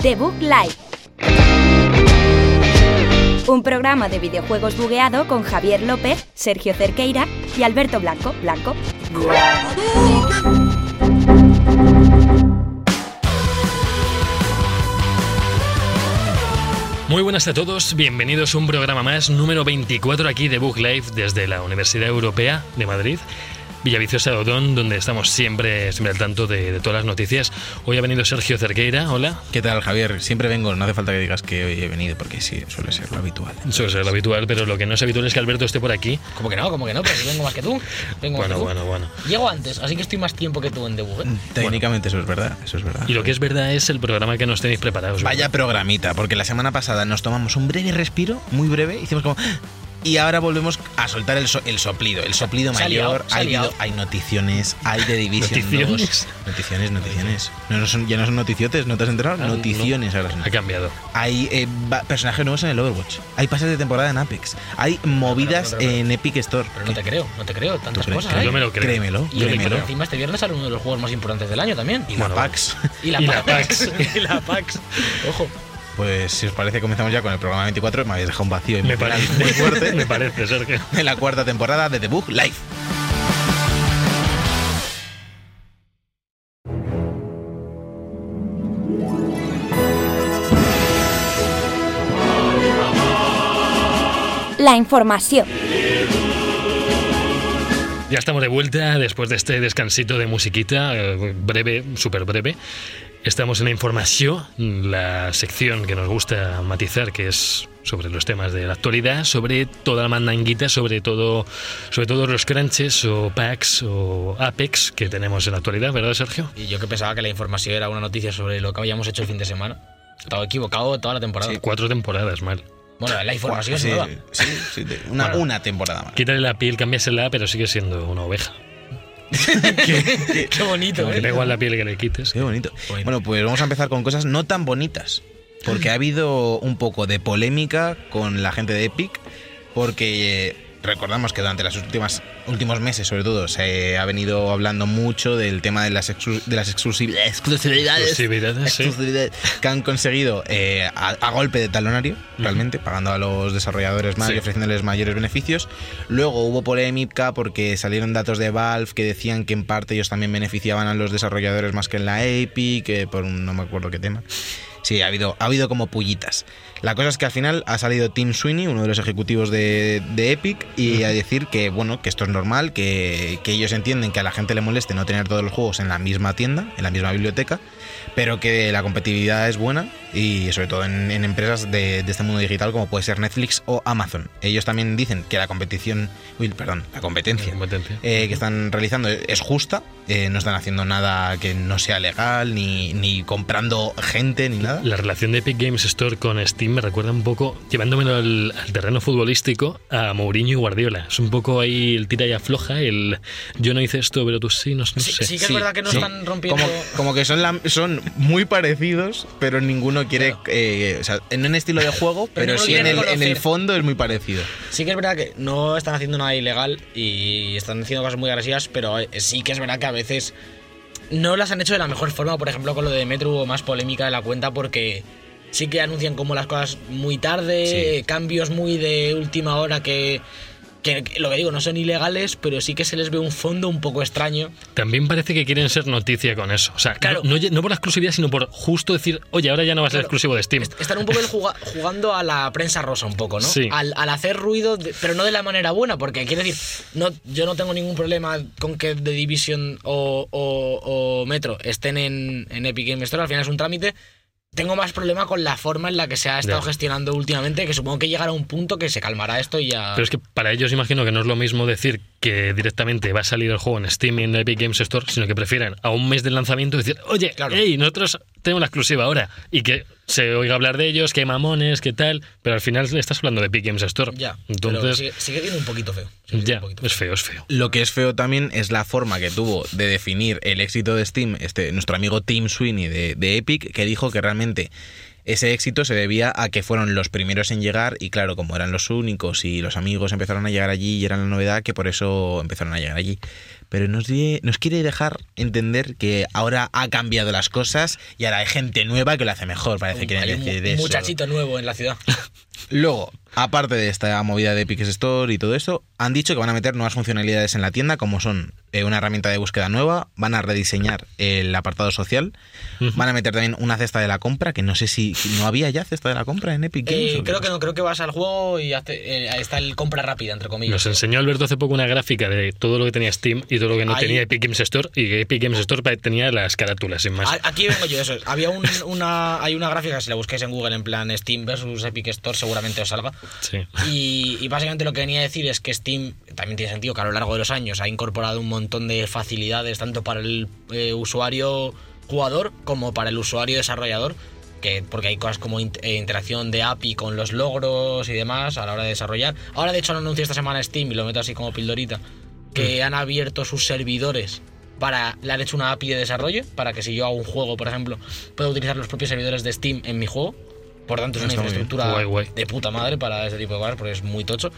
The Book Live. Un programa de videojuegos bugueado con Javier López, Sergio Cerqueira y Alberto Blanco. Blanco. Muy buenas a todos, bienvenidos a un programa más, número 24 aquí de Book Live desde la Universidad Europea de Madrid. Villaviciosa de Odón, donde estamos siempre, siempre al tanto de, de todas las noticias. Hoy ha venido Sergio Cerqueira, hola. ¿Qué tal, Javier? Siempre vengo, no hace falta que digas que hoy he venido, porque sí, suele ser lo habitual. Eso es lo habitual, pero lo que no es habitual es que Alberto esté por aquí. Como que no, como que no, pero si vengo más que tú. Vengo más Bueno, que tú. bueno, Mm, bueno. Llego antes, así que estoy más tiempo que tú en The Google. Técnicamente eso es verdad, eso es verdad. Y lo que es verdad es el programa que nos tenéis preparados. Vaya programita, porque la semana pasada nos tomamos un breve respiro, muy breve, hicimos como... ¡ah! Y ahora volvemos a soltar el, so- el soplido, el soplido Se ha liado, mayor. se ha hay, liado. do- hay noticiones, hay de Division ¿Noticiones? 2. Noticiones, noticiones. No, no son, ya no son noticiotes, ¿no te has enterado? no. Noticiones ahora son. Ha cambiado. Hay eh, va- personajes nuevos en el Overwatch. Hay pases de temporada en Apex. Hay movidas pero, pero. en Epic Store. Pero no te creo, no te creo, tantas crees? cosas. Pero ¿eh? Yo me lo creo. Créemelo, Y yo me creo que creo. encima este viernes sale uno de los juegos más importantes del año también. Y Bueno, la PAX. Y la, Y la PAX. Pax. y la PAX. Ojo. Pues si os parece comenzamos ya con el programa 24. Me habéis dejado un vacío Me emocional parece, muy fuerte. me parece, Sergio. En la cuarta temporada de The Book Live. La información. Ya estamos de vuelta después de este descansito de musiquita, eh, breve, súper breve. Estamos en la información, la sección que nos gusta matizar, que es sobre los temas de la actualidad, sobre toda la mandanguita, sobre todo, sobre todo los crunches o packs o apex que tenemos en la actualidad, ¿verdad, Sergio? Y yo que pensaba que la información era una noticia sobre lo que habíamos hecho el fin de semana. Estaba equivocado toda la temporada. Cuatro temporadas, mal. Bueno, la información es sí, nueva. sí, sí, de- una, Bueno. una temporada más. Quítale la piel, cámbiasela, pero sigue siendo una oveja. Qué bonito, Que ¿eh? Da igual la piel que le quites. Qué bonito. Bueno. Bueno, pues vamos a empezar con cosas no tan bonitas. Porque ha habido un poco de polémica con la gente de Epic. Porque eh, recordamos que durante los últimas, últimos meses, sobre todo, se ha venido hablando mucho del tema de las, exu- de las exclusi- exclusividades. Exclusividades, sí. exclusividades que han conseguido eh, a, a golpe de talonario, realmente, pagando a los desarrolladores más Sí. y ofreciéndoles mayores beneficios. Luego hubo polémica porque salieron datos de Valve que decían que en parte ellos también beneficiaban a los desarrolladores más que en la API, que por un no me acuerdo qué tema. Sí, ha habido, ha habido como pullitas. La cosa es que al final ha salido Tim Sweeney, uno de los ejecutivos de, de Epic, y a decir que bueno, que esto es normal, que, que ellos entienden que a la gente le moleste no tener todos los juegos en la misma tienda, en la misma biblioteca, pero que la competitividad es buena y sobre todo en, en empresas de, de este mundo digital como puede ser Netflix o Amazon. Ellos también dicen que la competición, uy, perdón, la competencia Competencia. eh, que están realizando es justa, eh, no están haciendo nada que no sea legal, ni, ni comprando gente, ni nada. La relación de Epic Games Store con Steam me recuerda un poco, llevándomelo al, al terreno futbolístico, a Mourinho y Guardiola. Es un poco ahí el tira y afloja, el yo no hice esto, pero tú sí, no, no Sí, sé. sí que es Sí, verdad que no sí. están rompiendo. Como, como que son, la- son muy parecidos, pero ninguno quiere. Claro. eh, o sea, en un estilo de juego, pero, Pero ninguno sí en quiere el, en el reconocer. fondo es muy parecido. Sí que es verdad que no están haciendo nada ilegal y están haciendo cosas muy agresivas, pero eh, sí que es verdad que a veces no las han hecho de la mejor forma. Por ejemplo, con lo de Metro hubo más polémica de la cuenta porque sí que anuncian como las cosas muy tarde, Sí. eh, cambios muy de última hora que, que- que lo que digo, no son ilegales, pero sí que se les ve un fondo un poco extraño. También parece que quieren ser noticia con eso. O sea, Claro. no, no lle- no por la exclusividad, sino por justo decir, oye, ahora ya no va a ser Claro. exclusivo de Steam. Est- Están un poco el juga- jugando a la prensa rosa un poco, ¿no? Sí. Al, al hacer ruido, de- pero no de la manera buena, porque quiero decir, no, yo no tengo ningún problema con que The Division o, o- o Metro estén en, en Epic Games Store, al final es un trámite. Tengo más problema con la forma en la que se ha estado Ya. gestionando últimamente, que supongo que llegará un punto que se calmará esto y ya... Pero es que para ellos imagino que no es lo mismo decir que directamente va a salir el juego en Steam y en Epic Games Store, sino que prefieren a un mes del lanzamiento decir, oye, Claro. hey, nosotros tenemos la exclusiva ahora. Y que se oiga hablar de ellos, que hay mamones, que tal, pero al final le estás hablando de Epic Games Store. ya, pero Entonces, sigue, sigue siendo un poquito feo. sigue siendo ya, un poquito feo. es feo, es feo. Lo que es feo también es la forma que tuvo de definir el éxito de Steam, este, nuestro amigo Tim Sweeney de, de Epic, que dijo que realmente ese éxito se debía a que fueron los primeros en llegar y claro, como eran los únicos y los amigos empezaron a llegar allí y eran la novedad, que por eso empezaron a llegar allí. pero nos, die- nos quiere dejar entender que ahora ha cambiado las cosas y ahora hay gente nueva que lo hace mejor, parece que Hay quieren un, decir un eso. muchachito nuevo en la ciudad. Luego, aparte de esta movida de Epic Store y todo eso, han dicho que van a meter nuevas funcionalidades en la tienda, como son eh, una herramienta de búsqueda nueva, van a rediseñar el apartado social, van a meter también una cesta de la compra, que no sé si no había ya cesta de la compra en Epic Games. Eh, ¿o qué creo que pasa? no, creo que vas al juego y hace- eh, ahí está el compra rápida, entre comillas. Nos enseñó Alberto hace poco una gráfica de todo lo que tenía Steam y todo lo que no Ahí. tenía Epic Games Store y que Epic Games Store pa- tenía las carátulas sin más. A- Aquí vengo yo, eso es. Había un- una, hay una gráfica, si la buscáis en Google, en plan Steam versus Epic Store, seguramente os salga. Sí. Y, y básicamente lo que venía a decir es que Steam, también tiene sentido que a lo largo de los años ha incorporado un montón de facilidades, tanto para el eh, usuario jugador como para el usuario desarrollador, que, porque hay cosas como int- eh, interacción de API con los logros y demás a la hora de desarrollar. Ahora de hecho lo anunció esta semana Steam y lo meto así como pildorita, que Mm. han abierto sus servidores. Para, le han hecho una API de desarrollo para que si yo hago un juego, por ejemplo, pueda utilizar los propios servidores de Steam en mi juego. Por tanto, es una Está muy bien. infraestructura puta- Guay, guay. de puta madre para este tipo de cosas porque es muy tocho.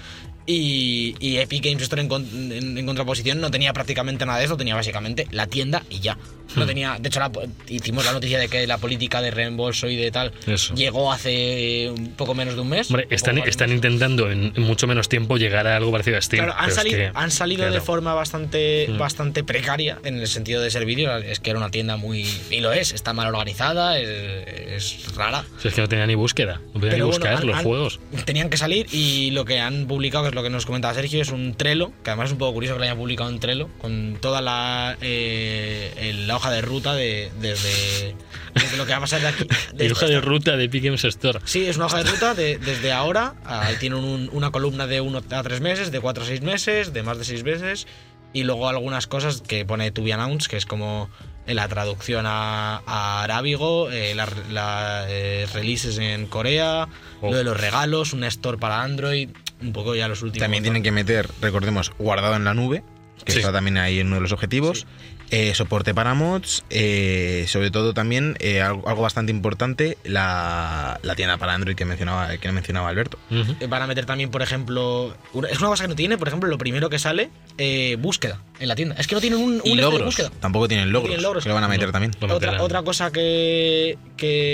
Y, y Epic Games Store en, con- en- en contraposición no tenía prácticamente nada de eso, tenía básicamente la tienda y ya. Hmm. No tenía, de hecho la po- hicimos la noticia de que la política de reembolso y de tal Eso. llegó hace un poco menos de un mes. Hombre, Un están, poco más de están un mes. intentando en en mucho menos tiempo llegar a algo parecido a Steam. Claro, han pero es salido, que, han salido de claro, forma bastante, Mm. bastante precaria en el sentido de servicio. Es que era una tienda muy. Y lo es, está mal organizada, es- es rara. si es que no tenía ni búsqueda, no podía ni Pero buscar bueno, los han- han- juegos. Tenían que salir y lo que han publicado, que es lo que nos comentaba Sergio, es un Trello, que además es un poco curioso que lo hayan publicado en Trello, con toda la, eh, el- la hoja de ruta de, desde, desde lo que va a pasar de aquí. Y de- hoja de ruta de Epic Games Store. Sí, es una hoja de ruta de- desde ahora. Ahí tienen un- una columna de 1 a 3 meses, de 4 a 6 meses, de más de 6 meses. Y luego algunas cosas que pone to be announced, que es como eh, la traducción a, a arábigo, eh, las la, eh, releases en Corea, Oh. lo de los regalos, un store para Android, un poco ya los últimos. También tienen que meter, recordemos, guardado en la nube, que Sí. está también ahí en uno de los objetivos. eh, soporte para mods, eh, sobre todo también eh, algo, algo bastante importante, la, la tienda para Android que mencionaba, que mencionaba Alberto. Ujú. Eh, Van a meter también, por ejemplo. una- es una cosa que no tiene, por ejemplo, lo primero que sale, eh, búsqueda en la tienda. Es que no tienen un, un Y este de logros, búsqueda. tampoco tienen logros, tienen logros. que lo van a meter No. también. Lo meterán. Otra, otra cosa que,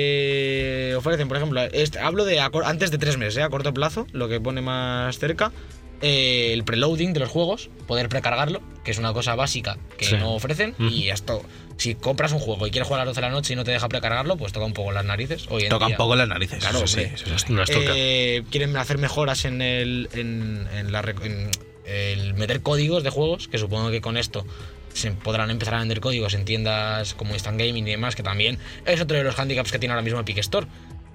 que ofrecen, por ejemplo, es- hablo de a cor- antes de tres meses, ¿eh? a corto plazo, lo que pone más cerca, eh, el preloading de los juegos, poder precargarlo, que es una cosa básica que Sí. no ofrecen, Ujú. y esto, si compras un juego y quieres jugar a las 12 de la noche y no te deja precargarlo, pues toca un poco las narices. Hoy en Toca un día. poco las narices. Claro, eso sí, hombre. eso sí. Pues No las toca. Eh, quieren hacer mejoras en el, en, en la rec- en el meter códigos de juegos, que supongo que con esto se podrán empezar a vender códigos en tiendas como Instant Gaming y demás, que también es otro de los handicaps que tiene ahora mismo Epic Store.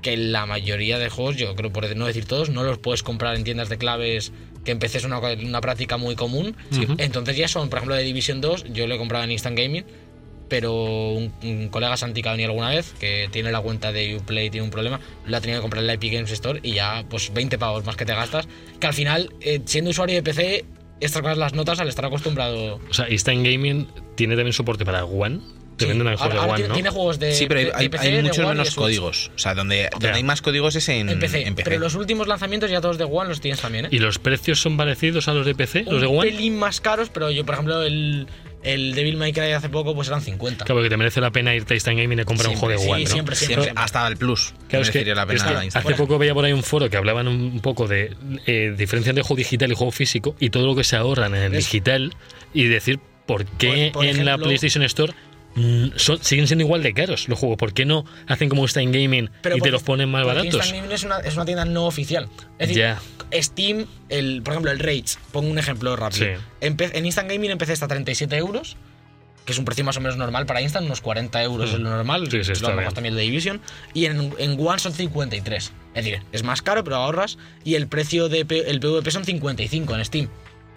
Que la mayoría de juegos, yo creo por no decir todos, no los puedes comprar en tiendas de claves que empecé es una, una práctica muy común. Entonces ya son, por ejemplo, de Division 2, yo lo he comprado en Instant Gaming, pero un, un colega Santi que ha venido alguna vez, que tiene la cuenta de Uplay, tiene un problema, la ha tenido que comprar en la Epic Games Store y ya, pues 20 pavos más que te gastas. Que al final, eh, siendo usuario de PC, estas cosas las notas al estar acostumbrado. O sea, Instant Gaming tiene también soporte para One. Te venden el Sí, ahora- juego de ahora One, tiene, ¿no? tiene juegos de. Sí, pero hay, de- de hay- PC, hay de muchos One y de menos Switch. códigos. O sea, donde, donde Ya. hay más códigos es en, En PC, en Pero los últimos lanzamientos ya todos de One los tienes también, ¿eh? ¿Y los precios son parecidos a los de PC? ¿Los de un One? pelín más caros, pero yo, por ejemplo, el, el Devil May Cry hace poco, pues eran 50. Claro, que te merece la pena irte a Instant Gaming y comprar un Siempre, juego de sí, One, ¿no? siempre, Siempre, hasta el plus. Claro, es que, merecería la es pena que instalar. hace poco veía por ahí un foro que hablaban un poco de eh, diferencias de juego digital y juego físico y todo lo que se ahorran en el Eso. digital y decir por qué Por- por en la ejemplo- PlayStation Store mm, son- siguen siendo igual de caros los juegos. ¿Por qué no hacen como está en gaming y te porque- los ponen más porque baratos? Instant Gaming es una, es una tienda no oficial. Es decir, Ya. Steam, el, por ejemplo, el Rage, pongo un ejemplo rápido. Sí. Empe- en Instant Gaming empecé hasta 37 euros, que es un precio más o menos normal para Instant, unos 40 euros es lo normal, Mm. Sí, sí, está lo hablamos bien. también de Division, y en, en One son 53. Es decir, es más caro, pero ahorras, y el precio del el PvP son 55 en Steam.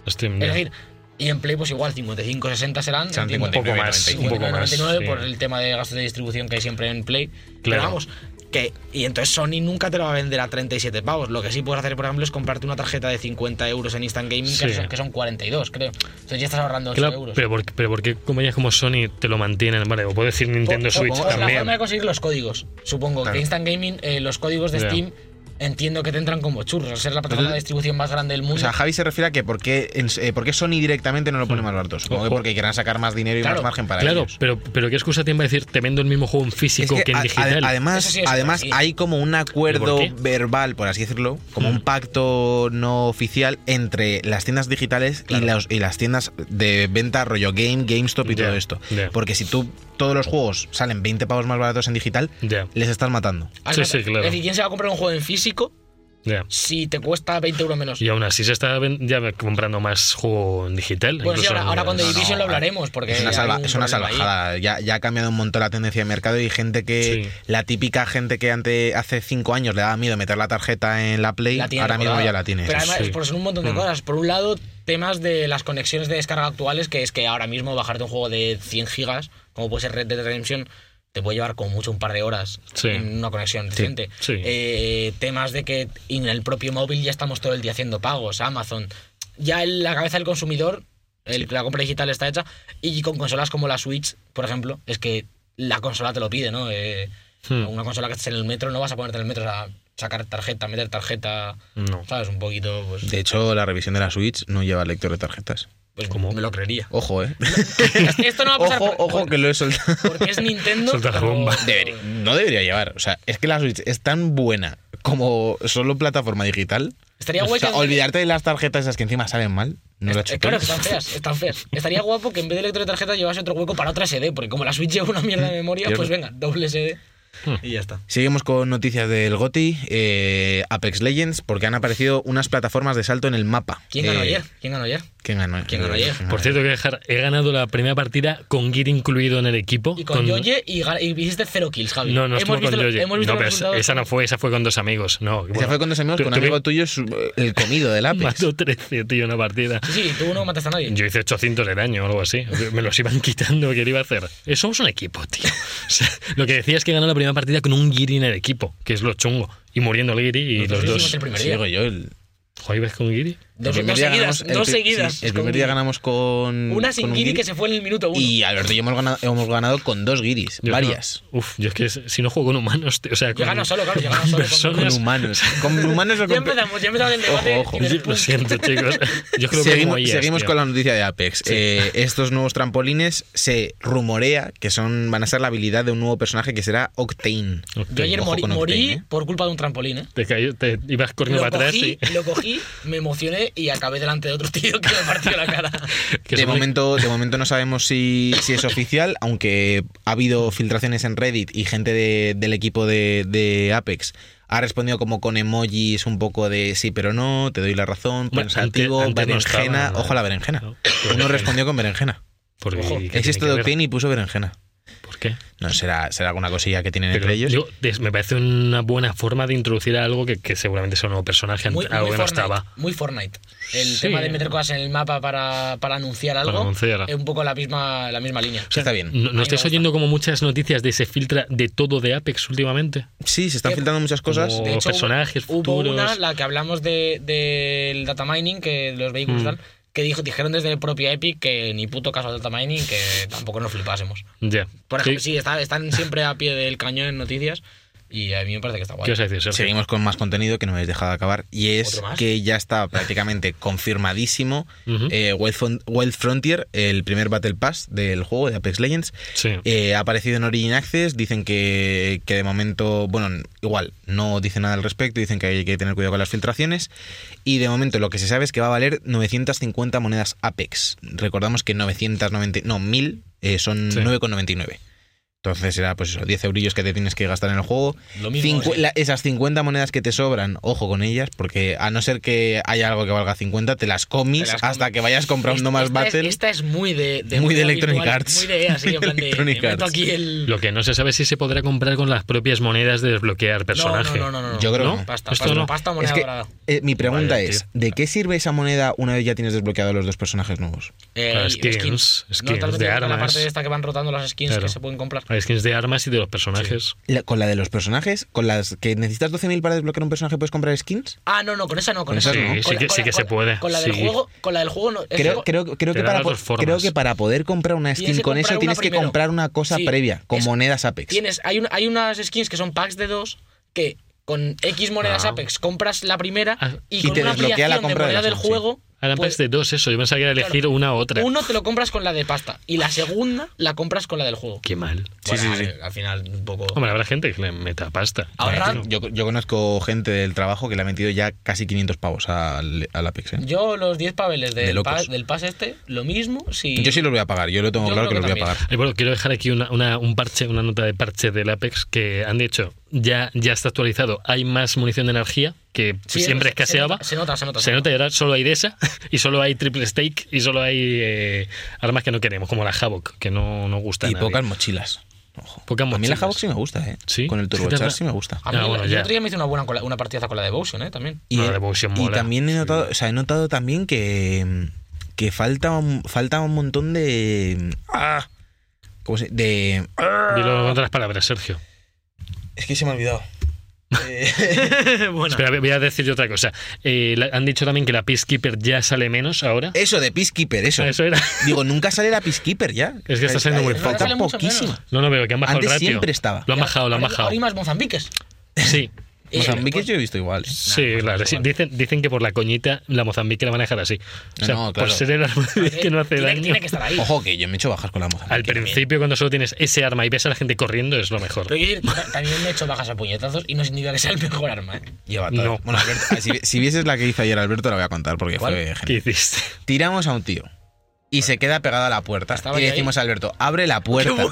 Steam, Es ya. decir, y en Play pues igual 55, 60 serán. Sean entiendo. un poco más, un poco más. 99 sí. por el tema de gastos de distribución que hay siempre en Play. Pero Claro. vamos, que. Y entonces Sony nunca te lo va a vender a 37 pavos. Lo que sí puedes hacer, por ejemplo, es comprarte una tarjeta de 50 euros en Instant Gaming, que, Sí. son, que son 42, creo. Entonces ya estás ahorrando 8 Claro, euros. pero porque, pero porque compañías como Sony te lo mantienen, vale, o puedo decir Nintendo Por- Switch por- por la también. forma de conseguir los códigos. Supongo Claro. que Instant Gaming, eh, los códigos de Ya. Steam entiendo que te entran como churros. Al ser la plataforma de distribución más grande del mundo. O sea, Javi se refiere a que por qué, en- eh, por qué Sony directamente no lo pone más barato. Supongo que Ojo. porque querrán sacar más dinero y Claro, más margen para Hmm. claro, ellos. pero, pero ¿qué excusa tiene para decir te vendo el mismo juego en Es físico que, en a- digital? ade- además, Eso sí es además así. hay como un ¿Pero acuerdo por qué? verbal, por así decirlo, como Mm. un pacto no oficial entre las tiendas digitales Claro. y, las, y las tiendas de venta rollo Game, GameStop y Ya, todo esto. ya. Porque si tú todos los juegos salen 20 pavos más baratos en digital, Ya, les estás matando. Al Sí, mata- sí, claro. Es decir, ¿quién se va a comprar un juego en físico ya. si te cuesta 20 euros menos? Y aún así se está ven- ya comprando más juego en digital. Bueno, sí, incluso ahora, ahora en con The las- Division lo hablaremos, porque es una, hay salva- un es una problema ahí. salvajada. Ya, ya ha cambiado un montón la tendencia de mercado y gente que. Sí. La típica gente que ante, hace 5 años le daba miedo meter la tarjeta en la Play, La tiene ahora mismo recordada. ya la tiene. Pero además, sí. por ser un montón de Mm. cosas. Por un lado, temas de las conexiones de descarga actuales, que es que ahora mismo bajarte un juego de 100 gigas, como puede ser Red Dead Redemption, te puede llevar como mucho un par de horas Sí. en una conexión decente. sí. Eh, temas de que en el propio móvil ya estamos todo el día haciendo pagos, Amazon. Ya en la cabeza del consumidor, el- la compra digital está hecha, y con consolas como la Switch, por ejemplo, es que la consola te lo pide, ¿no? Eh, Hmm. Una consola que estés en el metro, no vas a ponerte en el metro a sacar tarjeta, meter tarjeta. No. ¿Sabes? Un poquito, pues. De hecho, la revisión de la Switch no lleva lector de tarjetas. pues ¿Cómo? Me lo creería. Ojo, eh. Esto no va a pasar. Ojo, por- ojo que lo he soltado. Porque es Nintendo. Suelta la pero- bomba. Debería- no debería llevar. O sea, es que la Switch es tan buena como solo plataforma digital. Estaría O guay sea, que- olvidarte de las tarjetas esas que encima salen mal. No las Est- eh, chupéis. claro, están feas, están feas. Estaría guapo que en vez de lector de tarjeta llevase otro hueco para otra SD, porque como la Switch lleva una mierda de memoria, Cierto. pues venga, doble SD. Y ya está. Seguimos con noticias del GOTI, eh, Apex Legends, porque han aparecido unas plataformas de salto en el mapa. ¿Quién ganó Eh, ayer? ¿Quién ganó ayer? ¿Quién ganó, Eh, ¿Quién ganó ayer? Por cierto, que dejar, he ganado la primera partida con Gear incluido en el equipo. Y con Yoye y, ga- y hiciste cero kills, Javi. No, no Hemos estuvo visto con lo- Yoye. Hemos No, visto los pero esa- resultados. esa no fue, esa fue con dos amigos. No, Se fue con dos amigos, con un amigo tuyo, su- el comido del Apex. Mató 13, tío, una partida. Sí, sí, tú no mataste a nadie. Yo hice 800 de daño o algo así. Me los iban quitando, ¿qué le iba a hacer? Eh, Somos un equipo, tío. O sea, lo que decía es que ganó la primera partida con un Giri en el equipo, que es lo chungo. Y muriendo el Giri y Nosotros los hicimos dos. el primer Sí, día. digo yo, el, ¿Joder, ves con Giri? el Dos, primer dos día seguidas, ganamos, el dos pri- seguidas. sí, el con primer día Guiri. ganamos con. Una con sin un Guiri guiri. que se fue en el minuto uno. Y Alberto y yo hemos ganado, hemos ganado con dos guiris, Yo varias. no- uf, yo es que si no juego con humanos, tío, o sea, Yo con, gano solo, claro, yo gano con solo con- personas. Con humanos. Con humanos o Ya con. pe- empezamos, ya empezamos el debate. Ojo, ojo. ciberpunk. Lo siento, chicos. Yo creo que Seguimos, como ellas, seguimos tío. con la noticia de Apex. Eh, estos nuevos trampolines se rumorea que son van a ser la habilidad de un nuevo personaje que será Octane. Yo ayer Ojo morí, con Octane, morí ¿eh? por culpa de un trampolín, ¿eh? Te, cayó- te ibas corriendo Lo para atrás cogí, y. lo cogí, me emocioné y acabé delante de otro tío que me partió la cara. que de, son- momento, de momento no sabemos si, si es oficial, aunque ha habido filtraciones en Reddit y gente de- del equipo de, de Apex ha respondido como con emojis un poco de sí pero no, te doy la razón, Bueno, pensativo, ante- antes no estaba, berenjena, ¿no? ojo a la berenjena. No, Uno berenjena. respondió con berenjena. Porque- Ojo, ¿qué tiene Existe que de ver? Octane y puso berenjena. ¿Por qué? No, será, será alguna cosilla que tienen Pero entre ellos. digo, des- me parece una buena forma de introducir a algo que, que seguramente sea un nuevo personaje, Muy, algo muy que Fortnite, no estaba. muy Fortnite. El Sí. tema de meter cosas en el mapa para, para anunciar algo anunciar. es un poco la misma, la misma línea. O sea, mm. Está bien. ¿No, no A mí me estáis gusta. oyendo como muchas noticias de se filtra de todo de Apex últimamente? Sí, se están Eh, filtrando muchas cosas. como- De hecho, personajes hubo futuros. una, la que hablamos de- del data mining, que los vehículos Mm. tal, que dijo, dijeron desde el propio Epic que ni puto caso al data mining, que tampoco nos flipásemos. Ya. Por ¿Qué- ejemplo, sí, está- están siempre a pie del cañón en noticias y a mí me parece que está guay. ¿Qué os a decir, Sergio? Seguimos con más contenido que no me habéis dejado acabar. Y es ¿Otro más? que ya está prácticamente confirmadísimo Ujú. eh, Wild, Fron- Wild Frontier, el primer Battle Pass del juego de Apex Legends. Sí. Eh, ha aparecido en Origin Access. Dicen que, que de momento, bueno, igual, no dicen nada al respecto. Dicen que hay que tener cuidado con las filtraciones. Y de momento lo que se sabe es que va a valer 950 monedas Apex. Recordamos que 990, no, 1000 eh, son Sí. 9,99. Entonces será pues eso, 10 eurillos que te tienes que gastar en el juego. Lo mismo, Cincu- sí. la- esas 50 monedas que te sobran, ojo con ellas, porque a no ser que haya algo que valga 50, te las comis Te las comes. hasta que vayas comprando Esta- más esta es- Battle. esta es muy de, Muy de vida Electronic virtual, Arts. Muy de así, en plan de. Electronic me meto Arts. aquí el. Lo que no se sabe es si se podrá comprar con las propias monedas de desbloquear personaje. No, no, no, no, no. Yo creo ¿No? que no. Pasta, Esto pasta, no. pasta, moneda Es que, dorada. eh, mi pregunta Vaya, es, tío. ¿de qué sirve esa moneda una vez ya tienes desbloqueados los dos personajes nuevos? Eh, Claro, y skins, No, skins tal vez de tenga La armas. parte esta que van rotando las skins Claro. que se pueden comprar. Hay skins de armas y de los personajes. La- ¿Con la de los personajes? ¿Con las que necesitas 12.000 para desbloquear un personaje puedes comprar skins? Ah, no, no, con esa no, con Con esa esas no. Sí, sí que- sí que se puede, Con la del sí. juego, con la del juego no. es Creo, algo- creo, creo, Te que da para, las po- dos formas. creo que para poder comprar una Tienes skin que con comprar eso una tienes que primero. comprar una cosa Sí, previa, con es- monedas Apex. Tienes, hay, un- hay unas skins que son packs de dos que con X monedas Ah. Apex compras la primera Ah. y, Y con te una desbloquea aplicación la de compra de las monedas del dos, sí. juego, Ahora en vez pues, de dos, eso. Yo pensaba que era elegir Claro. una u otra. uno te lo compras con la de pasta y la segunda la compras con la del juego. Qué mal. Sí, sí, sí. a ver, Al final un poco... Hombre, habrá gente que le meta pasta. Ahorrar. Yo, yo conozco gente del trabajo que le ha metido ya casi 500 pavos al, al Apex. ¿eh? Yo los 10 paveles del, De locos. pa- del pase este, lo mismo, si... Yo sí los voy a pagar, yo lo tengo Yo claro que, creo los que voy a también. pagar. Eh, bueno, quiero dejar aquí una, una- un parche, una nota de parche del Apex que han dicho ya, ya está actualizado. Hay más munición de energía que Sí, siempre se- se escaseaba. nota, Se nota, se nota. Se nota y ahora solo hay de esa y solo hay triple stake y solo hay eh, armas que no queremos, como la Havoc, que no, no gusta. a Y nadie. pocas mochilas. Ojo. Pocas A mí la mochilas. Havoc sí me gusta, ¿eh? Sí. Con el Sí, te- turbocharge sí me gusta. A mí Ah, bueno, el ya. otro día me hice una buena con la- una partida con la de Devotion, ¿eh? También. No, la devoción y mola. también he notado, o sea, he notado también que, que falta, un- falta un montón de. Ah, ¿Cómo se De. Dilo con otras palabras, Sergio. Es que se me ha olvidado. bueno. Espera, voy a decir otra cosa. Eh, la- han dicho también que la Peacekeeper ya sale menos ahora. Eso, de Peacekeeper, eso. Ah, Eso era. Digo, nunca sale la Peacekeeper ya. Es que está saliendo muy poco. Falta Sale mucho poquísima. menos. No, no, pero que han bajado Antes el ratio. siempre estaba. Lo han bajado, lo han Ahora- bajado. Ahora hay más Mozambiques. Sí. Y- Mozambique pues, yo he visto igual. ¿eh? Sí, pues claro. igual. sí. Dicen, dicen que por la coñita la Mozambique la van a dejar así. O sea, No, no, por claro. ser el arma que no hace tiene, daño. Tiene que estar ahí. Ojo, que yo me he hecho bajas con la Mozambique. Al principio, cuando solo tienes ese arma y ves a la gente corriendo, es lo mejor. Pero quiero decir, ta- también me he hecho bajas a puñetazos y no significa que sea el mejor arma. ¿eh? Lleva todo. No. Bueno, Alberto, ah, si, si vieses la que hizo ayer Alberto, la voy a contar porque ¿Cuál? fue genial. ¿Qué hiciste? Tiramos a un tío y se queda pegado a la puerta. Estaba Y yo le decimos a Alberto, abre la puerta.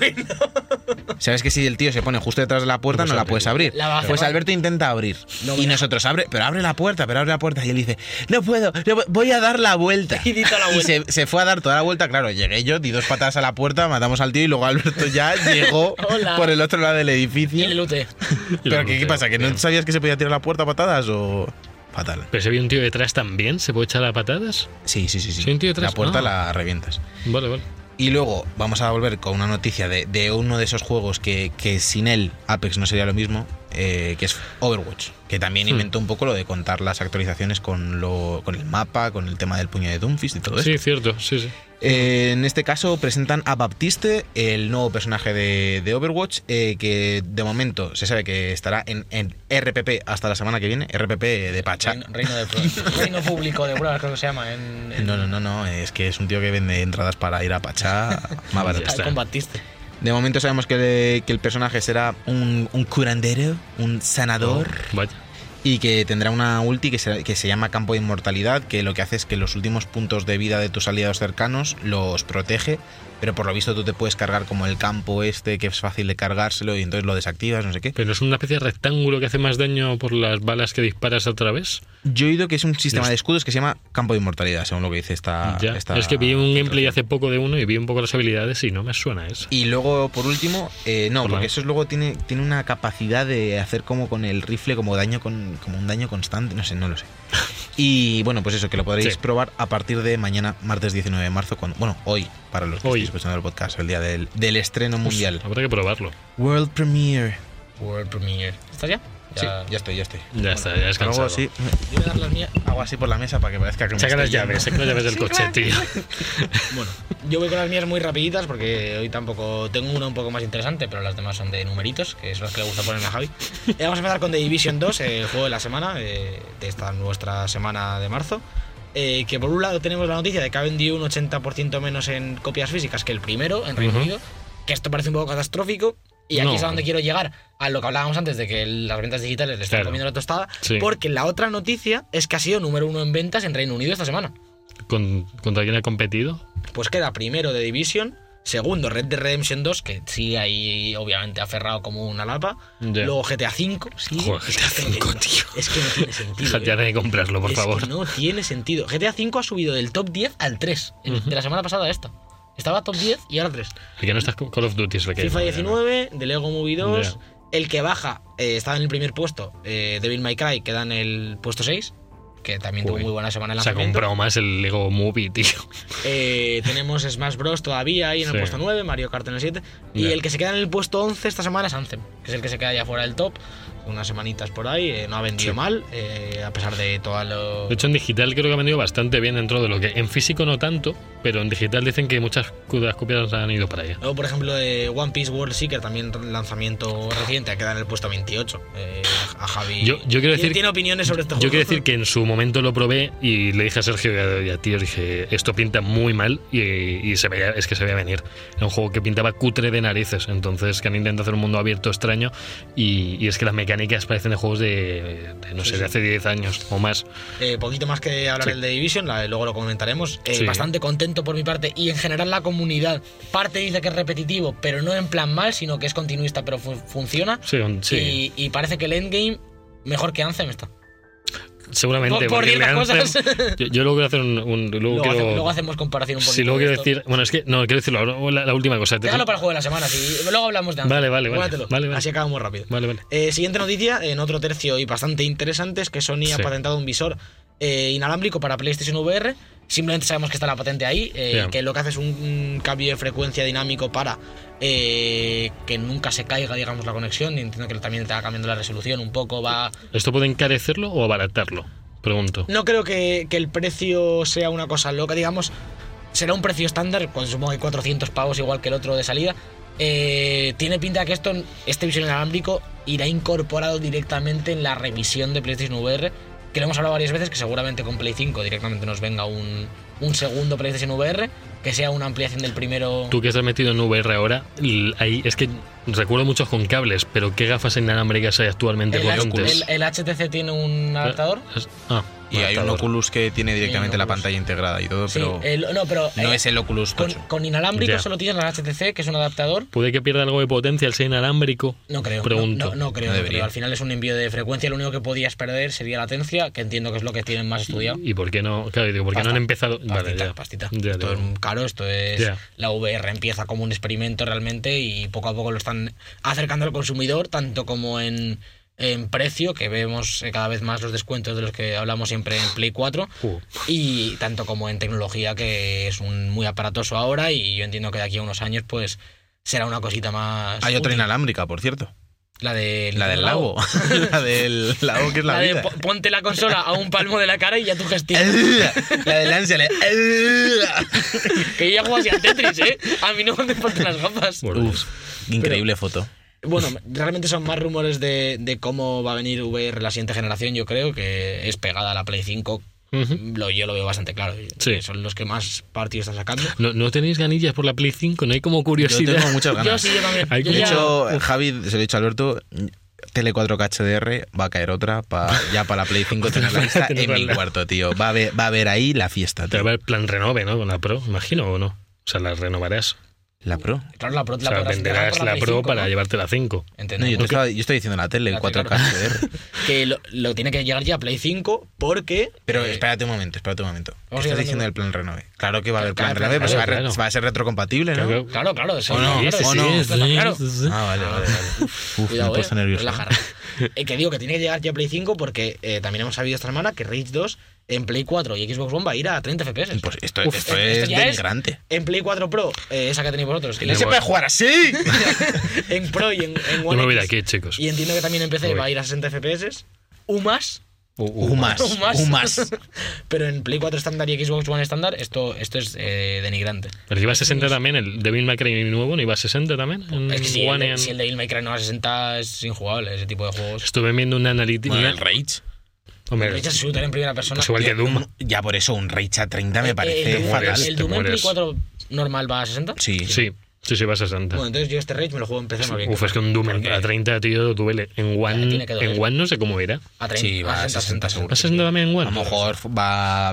Sabes que si el tío se pone justo detrás de la puerta, No no, se la abre. puedes abrir. La va a pues cerrar. Alberto intenta abrir. No y me- nosotros, abre, pero abre la puerta, pero abre la puerta. Y él dice, no puedo, no pu- voy a dar la vuelta. Y di toda la Y se, se fue a dar toda la vuelta, claro. Llegué yo, di dos patadas a la puerta, matamos al tío y luego Alberto ya llegó Hola. por el otro lado del Y edificio. el lute. Y ¿Pero lo qué, qué bloqueo. pasa? ¿Que no sabías que se podía tirar la puerta a patadas o...? Fatal. Pero si había un tío detrás también, ¿se puede echar a patadas? Sí, sí, sí. sí. Sí, un tío detrás. la puerta Ah. la revientas. Vale, vale. Y luego vamos a volver con una noticia de, de uno de esos juegos que, que sin él Apex no sería lo mismo, eh, que es Overwatch, que también Hmm. inventó un poco lo de contar las actualizaciones con, lo, con el mapa, con el tema del puño de Doomfist y todo eso. Sí, cierto, sí, sí. Eh, en este caso presentan a Baptiste, el nuevo personaje de, de Overwatch, eh, que de momento se sabe que estará en, en RPP hasta la semana que viene, RPP de Pacha. Reino, reino de pruebas. Reino público de pruebas, creo que se llama. En, en- No, no, no, no, es que es un tío que vende entradas para ir a Pachá más barato. Al combatiste. De momento sabemos que, que el personaje será un, un curandero, un sanador, Vaya. y que tendrá una ulti que se, que se llama Campo de Inmortalidad, que lo que hace es que los últimos puntos de vida de tus aliados cercanos los protege, pero por lo visto tú te puedes cargar como el campo este, que es fácil de cargárselo, y entonces lo desactivas, no sé qué. Pero es una especie de rectángulo que hace más daño por las balas que disparas a través. Yo he oído que es un sistema Los- de escudos que se llama Campo de Inmortalidad, según lo que dice Ah, esta... ya. esta es que vi un gameplay filtración. hace poco de uno y vi un poco las habilidades y no me suena eso. Y luego, por último, eh, no, Por la- porque eso es luego tiene, tiene una capacidad de hacer como con el rifle, como daño con, como un daño constante, no sé, no lo sé. Y bueno, pues eso, que lo podréis Sí. probar a partir de mañana, martes 19 de marzo, cuando, bueno, hoy, para los que Hoy. estéis escuchando el podcast, el día del, del estreno Pues, mundial. habrá que probarlo. World Premiere. World Premiere. ¿Estás ya? Sí, ya estoy, ya estoy. Ya está, ya es Hago cansado. así, Yo voy a dar las mías. hago así por la mesa para que parezca que me Saca las estoy llaves, saca las llaves del coche, tío. Bueno, yo voy con las mías muy rapiditas porque hoy tampoco tengo una un poco más interesante, pero las demás son de numeritos, que es las que le gusta poner a Javi. Eh, vamos a empezar con The Division 2, el juego de la semana, eh, de esta nuestra semana de marzo. eh, que por un lado tenemos la noticia de que ha vendido un 80% menos en copias físicas que el primero en Reino Ujú. Unido, que esto parece un poco catastrófico. Y aquí No. es a donde quiero llegar, a lo que hablábamos antes de que el- las ventas digitales le están Claro. comiendo la tostada, Sí. porque la otra noticia es que ha sido número uno en ventas en Reino Unido esta semana. ¿Con- ¿Contra quién ha competido? Pues queda primero de Division, segundo Red Dead Redemption 2, que sí, ahí obviamente aferrado como una lapa. Ya. Luego GTA V, sí. Joder, es que GTA es que no V, tiene- tío. Es que no tiene sentido. Déjate ya eh. de comprarlo, por Es que favor. no tiene sentido. GTA V ha subido del top 10 al 3, el- Ujú. de la semana pasada a esta. Estaba top 10 y ahora 3. El que no estás con Call of Duty es el que no, FIFA ya no. 19, The Lego Movie 2. Ya. El que baja eh, estaba en el primer puesto, eh, Devil May Cry, queda en el puesto 6, que también Uy. tuvo muy buena semana en la Se ha comprado más el Lego Movie, tío. eh, tenemos Smash Bros. todavía ahí en el Sí. puesto 9, Mario Kart en el 7. Y Ya. el que se queda en el puesto 11 esta semana es Anthem, que es el que se queda ya fuera del top. Unas semanitas por ahí, eh, no ha vendido Sí. mal, eh, a pesar de todo lo. De hecho, en digital creo que ha vendido bastante bien dentro de lo que. En físico no tanto, pero en digital dicen que muchas de las copias han ido para allá. Luego, por ejemplo, de One Piece World Seeker, también lanzamiento reciente, ha quedado en el puesto 28. eh, a Javi. Yo- yo quiero Tiene- decir- Tiene opiniones sobre este juego. Yo quiero decir que en su momento lo probé y le dije a Sergio y a- y a ti, os dije, esto pinta muy mal y, y se veía, es que se veía venir. Era un juego que pintaba cutre de narices, entonces que han intentado hacer un mundo abierto extraño y, y es que las mecánicas parecen de juegos de, de, no Sí, sé, sí. de hace 10 años o más. Eh, poquito más que hablar Sí. del The Division, la- luego lo comentaremos. Eh, Sí. Bastante contento por mi parte y en general la comunidad. Parte dice que es repetitivo, pero no en plan mal, sino que es continuista, pero fu- funciona. Sí, un- sí Y, y parece que el endgame mejor que Anthem está. seguramente. por- por porque ciertas le han- cosas. Yo, yo luego quiero hacer un... un- luego Luego, hace- quiero- luego hacemos comparación un poquito. Sí, luego de quiero esto. decir... Bueno, es que... No, quiero decirlo, ahora, la, la última cosa. Déjalo para el juego de la semana, sí. luego hablamos de Anthem. Vale, vale, vale. Guárdatelo. Vale, vale. Así acabamos rápido. Vale, vale. Eh, siguiente noticia, en otro tercio y bastante interesante, es que Sony ha Sí. patentado un visor eh, inalámbrico para PlayStation VR. Simplemente sabemos que está la patente ahí, eh, Bien. que lo que hace es un, un cambio de frecuencia dinámico para eh, que nunca se caiga, digamos, la conexión. Y entiendo que también te va cambiando la resolución un poco, va... ¿Esto puede encarecerlo o abaratarlo? Pregunto. No creo que, que el precio sea una cosa loca, digamos. Será un precio estándar, cuando supongo que 400 pavos igual que el otro de salida. Eh, tiene pinta de que esto, este visión inalámbrico irá incorporado directamente en la revisión de PlayStation VR, que lo hemos hablado varias veces, que seguramente con Play 5 directamente nos venga un, un segundo PlayStation VR, que sea una ampliación del primero... Tú que estás metido en VR ahora, l- ahí es que recuerdo muchos con cables, pero ¿qué gafas inalámbricas hay actualmente el, potentes? el- el HTC tiene Eh, un adaptador. Es- ah, Y hay un adaptador. Oculus que tiene directamente un la Oculus. pantalla integrada y todo, Sí, pero el- no, pero... no eh, es el Oculus con, 8. con inalámbrico Ya. solo tienes el HTC, que es un adaptador. ¿Puede que pierda algo de potencia el ser inalámbrico? No creo. Pregunto. No, no- no creo, No no debería. creo. Al final es un envío de frecuencia. Lo único que podías perder sería latencia, que entiendo que es lo que tienen más estudiado. ¿Y por qué no? Claro, digo, ¿por qué no han Pasta. empezado? Pastita, vale, ya. pastita. Ya, esto digo. es caro, esto es. Ya. La VR empieza como un experimento realmente y poco a poco lo están acercando al consumidor, tanto como en, en precio, que vemos eh, cada vez más los descuentos de los que hablamos siempre en Play 4, Uh. y tanto como en tecnología, que es un, muy aparatoso ahora. Y yo entiendo que de aquí a unos años, pues será una cosita más. Hay otra útil. inalámbrica, por cierto. La, de, La del lago. la del lago que es la, La de vida. po- ponte la consola a un palmo de la cara y ya tú gestionas. ¡Ela! La del ansia. la- ¡Ela! que yo ya juego así al Tetris, ¿eh? A mí no me faltan las gafas. Bueno, Uf, increíble foto. Bueno, realmente son más rumores de, de cómo va a venir VR la siguiente generación, yo creo, que es pegada a la Play 5. Ujú. Lo, yo lo veo bastante claro. Sí. Son los que más partidos están sacando. ¿No, no tenéis ganillas por la Play 5? ¿No hay como Yo curiosidad? tengo muchas ganas. Yo sí, yo también. Hay Yo De Ya. hecho, Javi, se lo he dicho a Alberto, Tele 4K HDR va a caer otra pa- ya para la Play 5 tener la lista en mi Tenerla. cuarto, tío. Va a haber, va a haber ahí la fiesta, Te tío. va el plan renove, ¿no? Con la Pro, imagino, ¿o no? O sea, la renovarás. La Pro. Claro, la Pro O te la sea, podrás integrar venderás por la Play Pro 5, para ¿no? llevarte la 5. No, Entendemos. yo, te estaba- yo estoy diciendo la tele, La 4K HDR. Que lo, lo tiene que llegar ya a Play 5 porque... Pero eh, espérate un momento, espérate un momento. ¿Qué Vamos a estás ir hablando- diciendo del plan Renove? Claro que va a haber plan Claro, Renove, claro, pero se va a re- claro. se va a ser retrocompatible, ¿no? Claro, Claro, claro. eso ¿O no? claro, Sí, eso sí, no, sí, claro. Ah, vale, vale, vale. Uf, Cuidado, me he puesto eh, nervioso. relajar. Eh, que digo que tiene que llegar ya a Play 5 porque eh, también hemos sabido esta semana que Rage 2 en Play 4 y Xbox One va a ir a 30 FPS. Pues esto, Uf, esto esto es ya es- denigrante. en Play 4 Pro, eh, esa que tenéis vosotros. No se puede jugar así! en Pro y en, en Yo One me voy de X. aquí, chicos. Y entiendo que también en PC Uy. va a ir a 60 FPS. U más. Humas, U más. humas. Pero en Play 4 estándar y Xbox One estándar, esto, esto es eh, denigrante. Pero iba a 60 también, el Devil May Cry nuevo, ¿no iba a 60 también? En Es que si el, Mm, One de- and- si el Devil May Cry no va a 60 es injugable, ese tipo de juegos. Estuve viendo una analítica... Bueno, el Rage. Hombre, Rage es shooter en primera persona. pues igual que Doom. Ya por eso un Rage a 30 me Eh, parece el Doom- fatal. mueres, El te Doom en Play mueres. 4 normal va a 60. Sí. Sí, sí, sí, va a 60. Bueno, entonces yo este Rage me lo juego en PC más bien. Uf, es que un Doom Porque a 30, tío, duele. En One, tiene que doler. en One no sé cómo era. A 30, Sí, va a 60 seguro. ¿A 60 también en A One? lo mejor va a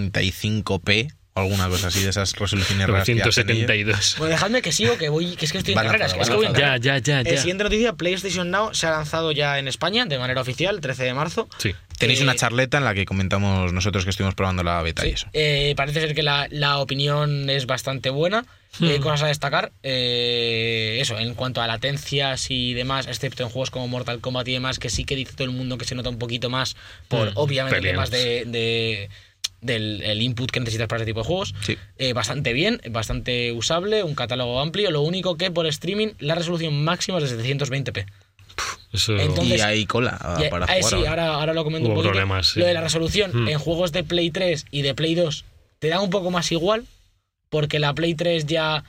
1035p o alguna cosa así de esas resoluciones raras. que hacen ellos. 172. Bueno, dejadme que sigo, que voy, que es que estoy en Van a carreras. tardar, es que van a voy en Ya, carreras. ya, ya, Eh, ya. siguiente noticia, PlayStation Now se ha lanzado ya en España de manera oficial, 13 de marzo. Sí. Tenéis Eh, una charleta en la que comentamos nosotros que estuvimos probando la beta y Sí, eso. eh, parece ser que la, la opinión es bastante buena. Eh, Hmm. cosas a destacar. eh, eso, en cuanto a latencias y demás, excepto en juegos como Mortal Kombat y demás, que sí que dice todo el mundo que se nota un poquito más por, Hmm, obviamente, peleas. temas de, de- del el input que necesitas para ese tipo de juegos. Sí. Eh, bastante bien, bastante usable, un catálogo amplio. Lo único que por streaming la resolución máxima es de 720p. Eso... Entonces- y hay cola ah, Y, para eh, jugar. sí, ahora. ahora, ahora lo comento Hubo Hmm. un poquito. problemas, sí. Lo de la resolución Mm. en juegos de Play 3 y de Play 2 te da un poco más igual, porque la Play 3 ya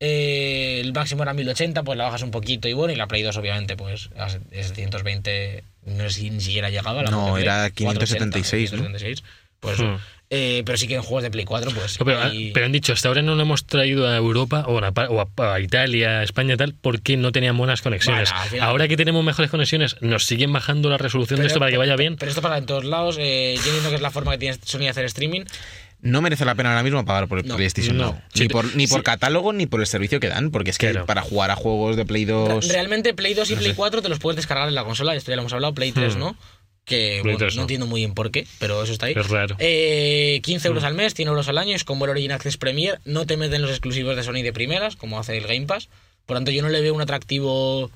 eh, el máximo era 1080, pues la bajas un poquito y bueno, y la Play 2 obviamente pues a 720, no sé si ni siquiera llegaba. La No, propia Play, era 576, ¿no? 576, pues, Hmm. eh, pero sí que en juegos de Play 4 pues... No, pero, ah, ahí- pero han dicho, hasta ahora no lo hemos traído a Europa o a, pa- o a- a Italia, España, tal, porque no tenían buenas conexiones. Bueno, al final- ahora que tenemos mejores conexiones, nos siguen bajando la resolución de Pero- esto para que vaya bien. Pero esto pasa en todos lados. eh, yo entiendo que es la forma que tiene Sony de hacer streaming. No merece la pena ahora mismo pagar por el No, PlayStation no. Now. Ni Sí, por, ni por sí. catálogo ni por el servicio que dan, porque es que Claro. para jugar a juegos de Play 2. Realmente Play 2 y no Play sé. 4 te los puedes descargar en la consola, esto ya lo hemos hablado, Play 3 Hmm. no. Que Play bueno, 3 no no. entiendo muy bien por qué, pero eso está ahí. Es raro. Hmm. Eh, 15 euros al mes, 100 euros al año, es como el Origin Access Premier. No te meten los exclusivos de Sony de primeras, como hace el Game Pass. Por tanto, yo no le veo un atractivo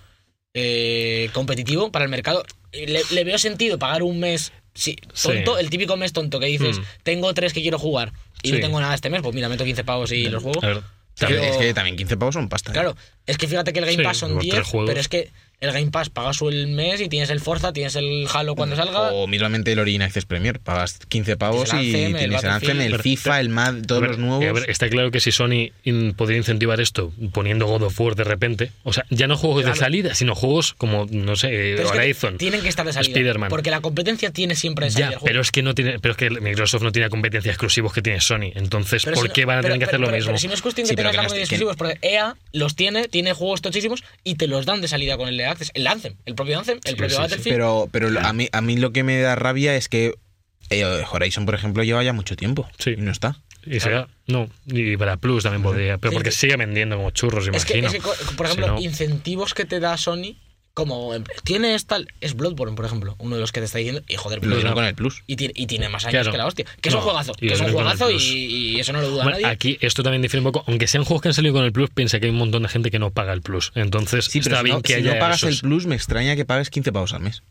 eh, competitivo para el mercado. Eh, Le, le veo sentido pagar un mes sí, Sí. tonto, el típico mes tonto que dices, Hmm. tengo tres que quiero jugar y no Sí. tengo nada este mes, pues mira, meto 15 pavos y los juego. A ver, Es que- también- Es que también 15 pavos son pasta. ¿eh? Claro, es que fíjate que el Game Sí, Pass son los tres 10, juegos. pero es que el Game Pass pagas el mes y tienes el Forza, tienes el Halo cuando salga. O mismamente el Origin Access Premier. Pagas 15 pavos Tienes el y Anthem, el tienes el Anthem, Battlefield. el Pero- FIFA, el MAD, todos a ver, los nuevos. a ver, está claro que si Sony in- podría incentivar esto poniendo God of War de repente, o sea, ya no juegos Claro. de salida, sino juegos como, no sé, Pero es que Horizon. tienen que estar de salida. Spider-Man. Porque la competencia tiene siempre de salida Ya, el juego. pero es que no tiene, pero es que Microsoft no tiene la competencia exclusivos que tiene Sony. Entonces, Pero ¿por si no- qué van a pero- tener que hacer pero- lo pero- mismo? Pero si no es cuestión de Sí, pero tener que la no comunidad de esté- que- exclusivos, porque EA los tiene, tiene juegos tochísimos y te los dan de salida con el de Access. El Anthem, el propio Anthem, el Sí, propio sí, eh, sí. Battlefield. Pero, pero lo- a, mí, a mí lo que me da rabia es que eh, Horizon, por ejemplo, lleva ya mucho tiempo. Sí. Y no está. Y será- no, y para Plus también podría, pero Sí, porque sí. sigue vendiendo como churros, es, que, imagino. es que, co- por Si ejemplo, no- incentivos que te da Sony, como en- tienes tal. Es Bloodborne, por ejemplo, uno de los que te está diciendo. Y joder, pues Pues Lo Bloodborne. tiene con el Plus. Y tiene, y tiene más años Claro. que la hostia. Que es No, un juegazo. y Que es un lo tiene con el juegazo y, Plus. y eso no lo duda Bueno, nadie. aquí esto también difiere un poco, aunque sean juegos que han salido con el Plus, piensa que hay un montón de gente que no paga el Plus. Entonces, Sí, pero está si bien no, que si haya no pagas esos. el Plus, me extraña que pagues 15 pavos al mes.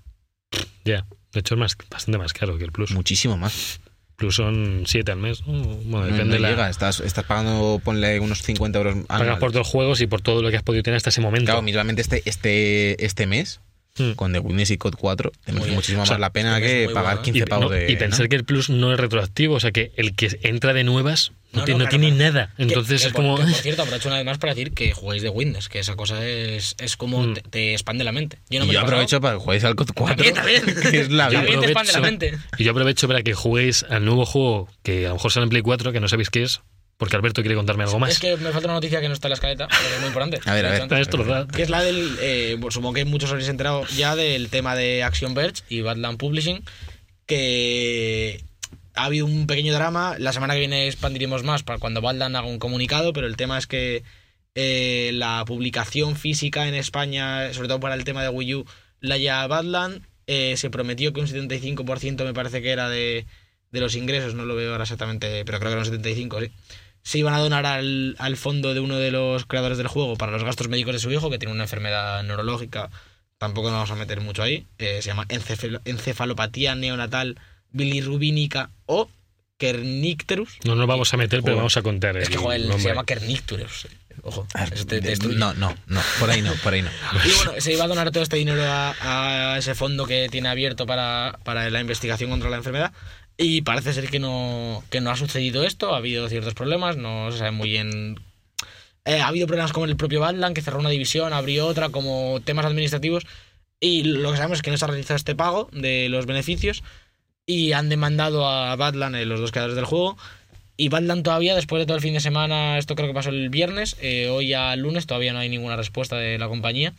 Ya. De hecho, es más, bastante más caro que el Plus. Muchísimo más. Plus son 7 al mes. ¿no? Bueno, No, Pues depende no de llega. la. Estás, estás pagando, ponle unos 50 euros Pagas anuales. por dos juegos y por todo lo que has podido tener hasta ese momento. Claro, mismamente este, este, este mes, Mm. con The Witness y COD 4, te merece bien. muchísimo O sea, más la pena es que muy pagar bueno, ¿eh? 15 y, pavos no, de. y pensar que el Plus no es retroactivo, o sea que el que entra de nuevas no, No, tiene, no, no claro, tiene claro. nada. Entonces Que- es que como. por- que por cierto, aprovecho una vez más para decir que juguéis de Windows, que esa cosa es, es como Mm. te, te expande la mente. Yo Y no me yo lo he pasado. aprovecho para que juegues al COD 4. También, también. que es la Yo vida. también. te expande la mente. y yo aprovecho para que juguéis al nuevo juego que a lo mejor sale en Play 4, que no sabéis qué es, porque Alberto quiere contarme algo más. Es que me falta una noticia que no está en la escaleta, pero que es muy importante. A ver, a ver. Está destrozado. Que es la del. eh, bueno, supongo que muchos habréis enterado ya del tema de Action Verge y Badland Publishing. Que ha habido un pequeño drama. La semana que viene expandiremos más para cuando Badland haga un comunicado. Pero el tema es que eh, la publicación física en España, sobre todo para el tema de Wii U, la ya Badland. eh, se prometió que un 75% me parece que era de, de los ingresos, no lo veo ahora exactamente, pero creo que era un 75%, sí se iban a donar al, al fondo de uno de los creadores del juego para los gastos médicos de su hijo, que tiene una enfermedad neurológica. Tampoco nos vamos a meter mucho ahí. eh, se llama encefalo- encefalopatía neonatal bilirrubínica o Kernicterus. No nos vamos a meter, pero Joder. vamos a contar. Es que, el joder, se nombre. Ah, llama Kernicterus. eh. Ojo, A ver, eso te- te destruye. Ah, no, no, no. Por ahí no, por ahí no. Y bueno, se iba a donar todo este dinero a, a ese fondo que tiene abierto para, para la investigación contra la enfermedad. Y parece ser que no, que no ha sucedido esto. Ha habido ciertos problemas, no se sabe muy bien. Eh, ha habido problemas como el propio Badland, que cerró una división, abrió otra, como temas administrativos. Y lo que sabemos es que no se ha realizado este pago de los beneficios. Y han demandado a Badland, eh, los dos creadores del juego. Y Badland todavía, después de todo el fin de semana, esto creo que pasó el viernes, eh, hoy a lunes todavía no hay ninguna respuesta de la compañía.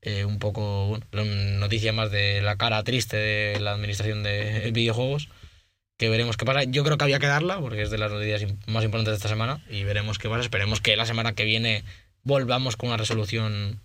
Eh, un poco, bueno, lo- noticia más de la cara triste de la administración de videojuegos, que veremos qué pasa. Yo creo que había que darla, porque es de las noticias im- más importantes de esta semana, y veremos qué pasa. Esperemos que la semana que viene volvamos con una resolución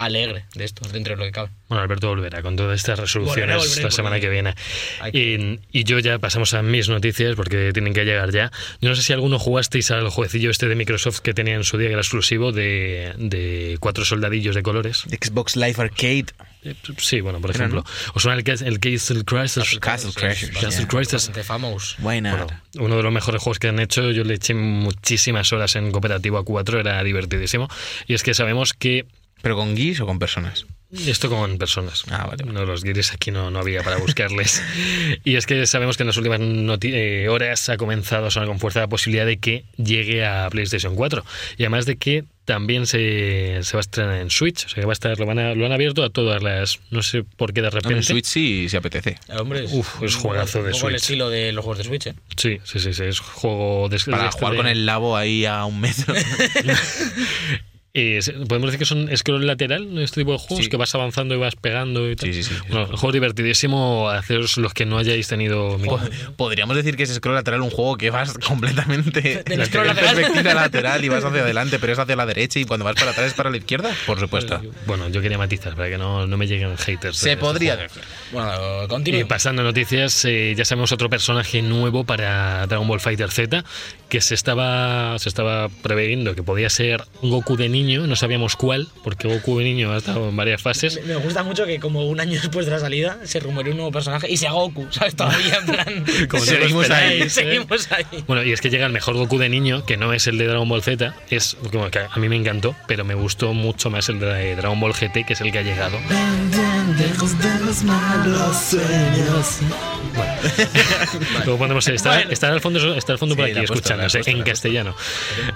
alegre de esto, dentro de lo que cabe. Bueno, Alberto volverá con todas estas resoluciones Volveré, volveré, la semana porque- que viene. Hay que- Y, y yo ya pasamos a mis noticias porque tienen que llegar ya. Yo no sé si alguno jugasteis al jueguecillo este de Microsoft que tenía en su día, que era exclusivo, de, de cuatro soldadillos de colores. Xbox Live Arcade. Eh, Sí, bueno, por Era, ejemplo. ¿Os suena el, cas- el Castle Crashers? Castle Crashers, Castle yeah. Crashers. Bastante famous. Why not? Bueno, uno de los mejores juegos que han hecho, yo le eché muchísimas horas en cooperativo a 4, era divertidísimo. Y es que sabemos que ¿Pero con guis o con personas? Esto con personas. Ah, vale, vale. No, los guiris aquí no, no había para buscarles. y es que sabemos que en las últimas noti- eh, horas ha comenzado a sonar con fuerza la posibilidad de que llegue a PlayStation 4. Y además de que también se, se va a estrenar en Switch. O sea que va a estar, lo, van a- lo han abierto a todas las. No sé por qué de No, En repente. Switch sí, si apetece. Eh, Hombre, Uf, es juegazo de un poco el Switch. estilo de los juegos de Switch, ¿eh? Sí, sí, sí, sí, Es juego de. Para de- jugar Pues de- con el labo ahí a un metro. Eh, se- podemos decir que son scroll lateral este tipo de juegos Sí. que vas avanzando y vas pegando y tal. Sí, sí, sí. Bueno, juego divertidísimo a haceros los que no hayáis tenido micro. Pues, Podríamos decir que es scroll lateral un juego que vas completamente Del scroll en lateral. perspectiva lateral y vas hacia adelante, pero es hacia la derecha y cuando vas para atrás es para la izquierda, Pues, por supuesto. Bueno, yo quería matizar para que no, no me lleguen haters. de Se este podría juego. decir. Bueno, Y continúe. pasando a noticias, eh, ya sabemos otro personaje nuevo para Dragon Ball Fighter Z que se estaba se estaba preveyendo que podía ser Goku de niño, no sabíamos cuál, porque Goku de niño ha estado en varias fases. Me- Me gusta mucho que como un año después de la salida se rumoreó un nuevo personaje y sea Goku, ¿sabes? Todavía en plan... Como no lo Seguimos ahí, esperáis, ¿eh? Seguimos ahí. Bueno, y es que llega el mejor Goku de niño, que no es el de Dragon Ball Z, es como que a mí me encantó, pero me gustó mucho más el de Dragon Ball GT, que es el que ha llegado. Bueno. Luego pondremos- estará, Bueno. estará al fondo, estará al fondo Sí, por la aquí he puesto, la he escuchándonos puesto, en la he puesto. castellano.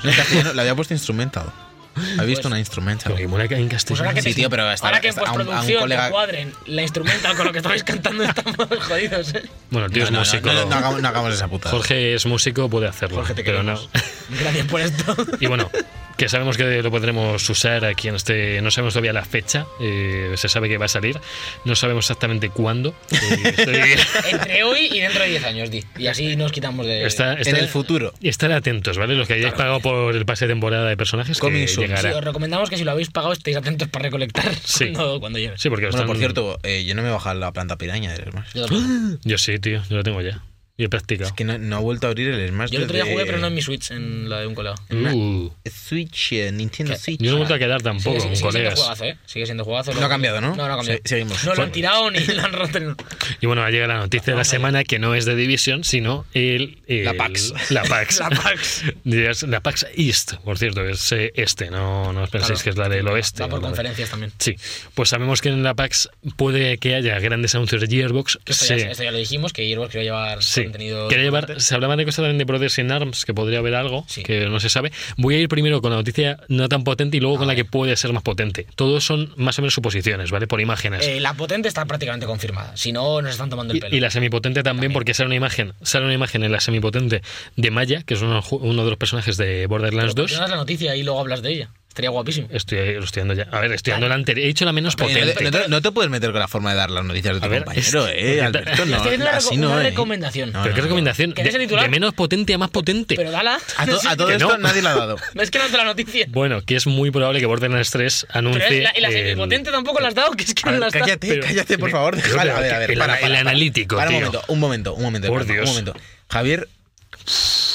No, en castellano, la había puesto instrumentado. Había visto una instrumental. Porque mola que en Pues castellano. ahora que, Sí, te- tío, pero hasta- ahora que en hasta a un- a un postproducción colega- te cuadren la instrumental con lo que estabais cantando estamos jodidos, ¿eh? Bueno, el tío No, es no, no, músico. no, no hagamos, no hagamos esa putada. Jorge es músico, puede hacerlo. Jorge, te pero no. queremos. Gracias por esto. Y bueno, que sabemos que lo podremos usar aquí en este. No sabemos todavía la fecha, eh, se sabe que va a salir, no sabemos exactamente cuándo. eh, estoy- Entre hoy y dentro de 10 años, di. Y así nos quitamos de... está- Eh, en está- el futuro. Y estar atentos, ¿vale? Los que hayáis pagado por el pase de temporada de personajes, Coming que soon. Sí, llegará. os recomendamos que si lo habéis pagado estéis atentos para recolectar Sí. cuando, cuando llegue. Sí, porque lo Bueno, están- por cierto, eh, yo no me he bajado la planta piraña del Smash. Yo, tampoco. Yo sí, tío, yo lo tengo ya. Y he practicado. Es que no, no ha vuelto a abrir el Smash. Yo el otro día desde- jugué, pero no en mi Switch, en la de un colega. Uh, Switch, eh, Nintendo ¿Qué? Switch. yo no me he vuelto a quedar tampoco sigue, con sigue siendo colegas. juegazo, ¿eh? Sigue siendo juegazo. No ha cambiado, ¿no? No, no ha cambiado. Se- seguimos. No lo han Bueno. tirado ni lo han roto. ni- Y bueno, llega la noticia de la semana que no es de Division, sino el, el- La PAX. La PAX. La PAX. Es La PAX East, por cierto, es eh, este, no, no os penséis que es la del oeste. Va por ¿no? conferencias también. Sí, pues sabemos que en la PAX puede que haya grandes anuncios de Gearbox. Que Esto, sí, ya, esto ya lo dijimos, que Gearbox quería llevar sí. contenido... Quería llevar, importante. se hablaba de cosas también de Brothers in Arms, que podría haber algo, Sí. que no se sabe. Voy a ir primero con la noticia no tan potente y luego con la que puede ser más potente. Todos son más o menos suposiciones, ¿vale? Por imágenes. Eh, la potente está prácticamente confirmada. Si no, nos están tomando el pelo. Y, y la semipotente también, porque sale una imagen, sale una imagen en la semipotente de Maya, que es uno, uno de los personajes de Borderlands Pero 2. mencionas la noticia y luego hablas de ella. Estaría guapísimo. Eh, Estoy lo estoy dando ya. A ver, estoy dando la anterior. He dicho la menos Oye, no, potente. te, no te- no te puedes meter con la forma de dar las noticias de tu A ver, compañero, es- eh, Alberto. No, Estoy haciendo una, así reco- no, una eh. recomendación. No, Pero qué recomendación. ¿Queréis De, el titular? de menos potente a más potente. Pero dala. A, to- Mm, a todo Que no. esto nadie la ha dado. No es que no te la noticia. Bueno, que es muy probable que Borderlands 3 Pero anuncie. eh, es la, y la el- semipotente tampoco la has dado, que es que eh, A ver, no la has dado. cállate, pero- cállate, por favor. Yo Déjala. creo A ver, que a ver. el para, ana- para, el para. analítico, Para un tío. momento, un momento, un momento. Por Rafa, Dios. Un momento. Javier,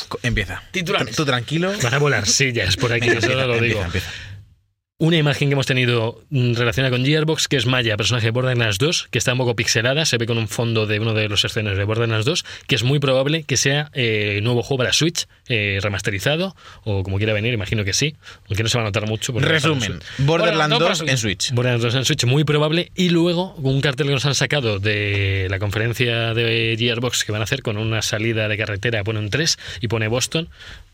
co- empieza. Titulares. Tú, tú tranquilo. Van a volar sillas por aquí, yo solo lo digo. empieza, empieza. Una imagen que hemos tenido mm, relacionada con Gearbox, que es Maya, personaje de Borderlands 2, que está un poco pixelada, se ve con un fondo de uno de los escenarios de Borderlands 2, que es muy probable que sea eh, nuevo juego para Switch, eh, remasterizado, o como quiera venir, imagino que sí, aunque no se va a notar mucho. porque Resumen: Borderlands Borderlands 2 2 en Switch. Borderlands 2 en Switch, muy probable. Y luego un cartel que nos han sacado de la conferencia de Gearbox que van a hacer con una salida de carretera, pone un 3 y pone Boston.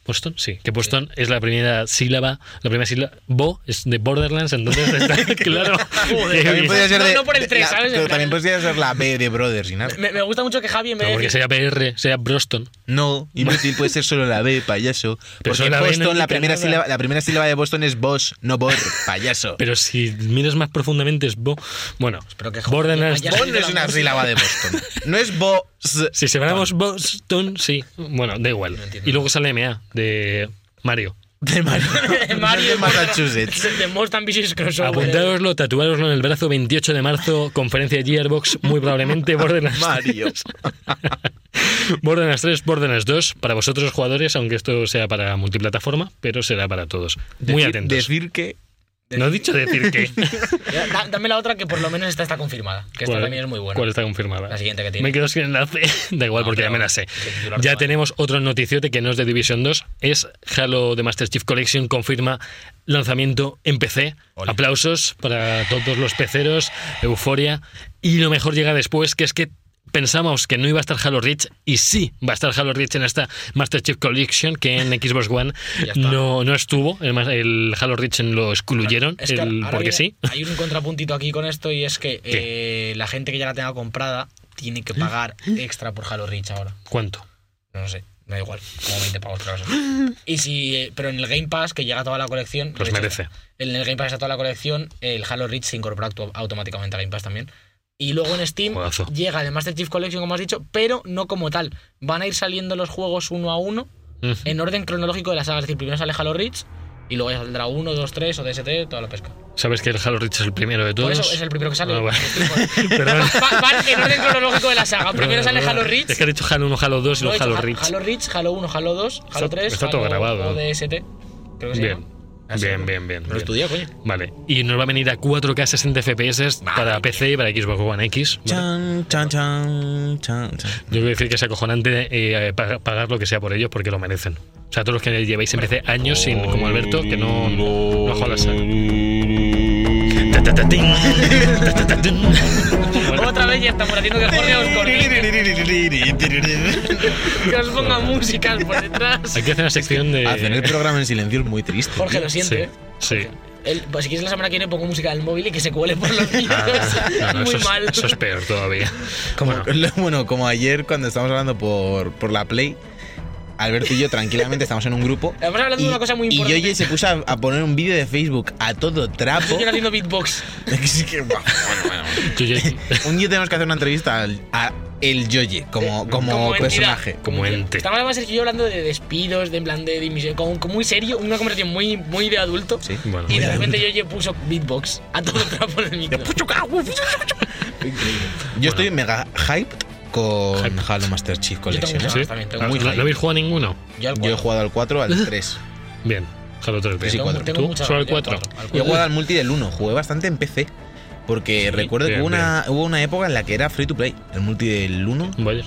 Boston, sí, que Boston es la primera sílaba, la primera sílaba, Bo es de Borderlands, entonces está claro. que- También podría ser No, de- no por el de- tres, la- ¿sabes? En Pero plan- también podría ser la B de Brothers y nada. Me, me gusta mucho que Javi en vez no, de porque decir- sea PR, sea Broston. No, inútil, puede ser solo la B, payaso. Pero Porque solo la B no Boston, la indica primera, nada. sílaba, la primera sílaba de Boston es Bos, no Bor, payaso. Pero si miras más profundamente es Bo. Bueno, Espero que- Borderlands que vaya- Bos no es una sílaba de Boston. No es Bos. Si separamos Boston, sí. Bueno, da igual. entiendo. y luego sale MA de Mario. De Mario. Mario de y Borderlands. Massachusetts. The Most Ambitious Crossover. Apuntároslo, tatuároslo en el brazo 28 de marzo, conferencia de Gearbox, muy probablemente Borderlands, Mario. Borderlands 3, Borderlands 2, para vosotros jugadores, aunque esto sea para multiplataforma, pero será para todos. Muy Decir- atentos. Decir que No he dicho decir qué. Ya, da- dame la otra que por lo menos esta está confirmada. Que esta ¿Cuál- también es muy buena. ¿Cuál está confirmada? La siguiente que tiene. Me quedo sin enlace. da igual No, porque ya pero me la sé. el titular Ya no vale. tenemos otro noticiote que no es de Division 2. Es Halo de Master Chief Collection confirma lanzamiento en PC. Ole. Aplausos para todos los peceros. Euforia. Y lo mejor llega después, que es que pensamos que no iba a estar Halo Reach y sí va a estar Halo Reach en esta Master Chief Collection que en Xbox One Ya está. no, no estuvo. El, ma- el Halo Reach lo excluyeron Es que el- ahora porque viene- sí. Hay un contrapuntito aquí con esto y es que eh, la gente que ya la tenga comprada tiene que pagar extra por Halo Reach ahora. ¿Cuánto? No sé, me da igual, como 20 pavos, pero eso. Y si, eh, pero en el Game Pass, que llega toda la colección. Los de hecho, Pues merece. En el Game Pass está toda la colección, el Halo Reach se incorpora actu- automáticamente a Game Pass también. Y luego en Steam Juegazo. llega el Master Chief Collection, como has dicho, pero no como tal. Van a ir saliendo los juegos uno a uno Mm. en orden cronológico de la saga. Es decir, primero sale Halo Reach y luego ya saldrá 1, 2, 3 o DST, toda la pesca. Sabes que el Halo Reach es el primero de Por todos. eso es el primero que sale. Ah, vale. Estoy jodido. Perdón. Va- Van en orden cronológico de la saga. Primero Perdón, sale perdón. Halo Reach. Es que he dicho Halo 1, Halo 2 y Lo luego he hecho, Halo Ha- Reach. Halo Reach, Halo 1, Halo 2, Halo Está- 3. está todo Halo grabado. ODST. Creo que se Bien. llama. Bien, bien, bien. Lo bien. estudié, coño. Vale. Y nos va a venir a 4K 60 FPS para PC y para Xbox One X. ¿vale? Chan, chan, chan, chan, chan. Yo voy a decir que es acojonante eh, eh, pa- pagar lo que sea por ellos porque lo merecen. O sea, todos los que lleváis en PC años sin, como Alberto, que no, no jodas. Ta, ta, ta, tin. Ta, ta, ta, tin. Bueno, Otra vez ya estamos haciendo que Jorge os corrige, Eh. que os ponga música por detrás. Hay que hacer una sección de. Hacer el programa en silencio es muy triste. Jorge, lo siento, Sí, ¿eh? sí. El- pues si quieres la semana que viene pongo música del móvil y que se cuele por los niños. Ah, No, no, Muy eso, es- mal. eso es peor todavía. Como, Bueno. bueno, como ayer cuando estábamos hablando por, por la Play, Alberto y yo tranquilamente estamos en un grupo. Estamos hablando de y- una cosa muy y importante. Yoye se puso a, a poner un vídeo de Facebook a todo trapo. Estoy yo haciendo beatbox. Es que, buah, bueno, bueno, bueno. Yo ya- Un día tenemos que hacer una entrevista al, a el Yoye como, como, Eh, Como entidad. personaje. como ente. Estamos además Sergio y yo hablando de despidos, de en plan de dimisión, como, como muy serio, una conversación muy, muy de adulto. Sí. Bueno, Y de repente yo, yo puso beatbox a todo trapo en el micro. Yo estoy mega hyped con Hyped. Halo Master Chief Collection. muchas ¿eh? ¿sí? ganas también, tengo ¿No- muy ¿No, hype. habéis jugado a ninguno? Yo al Yo he cuatro. jugado al 4, al 3. Bien, Halo 3 bien. Sí, Tengo- cuatro. tengo ¿Tú? muchas ¿Solo al ganas, yo al cuatro? cuatro, al Yo he cuatro. jugado al multi del 1, jugué bastante en PC. Porque recuerdo bien, que hubo una, hubo una época en la que era free to play. El multi del 1, Vaya.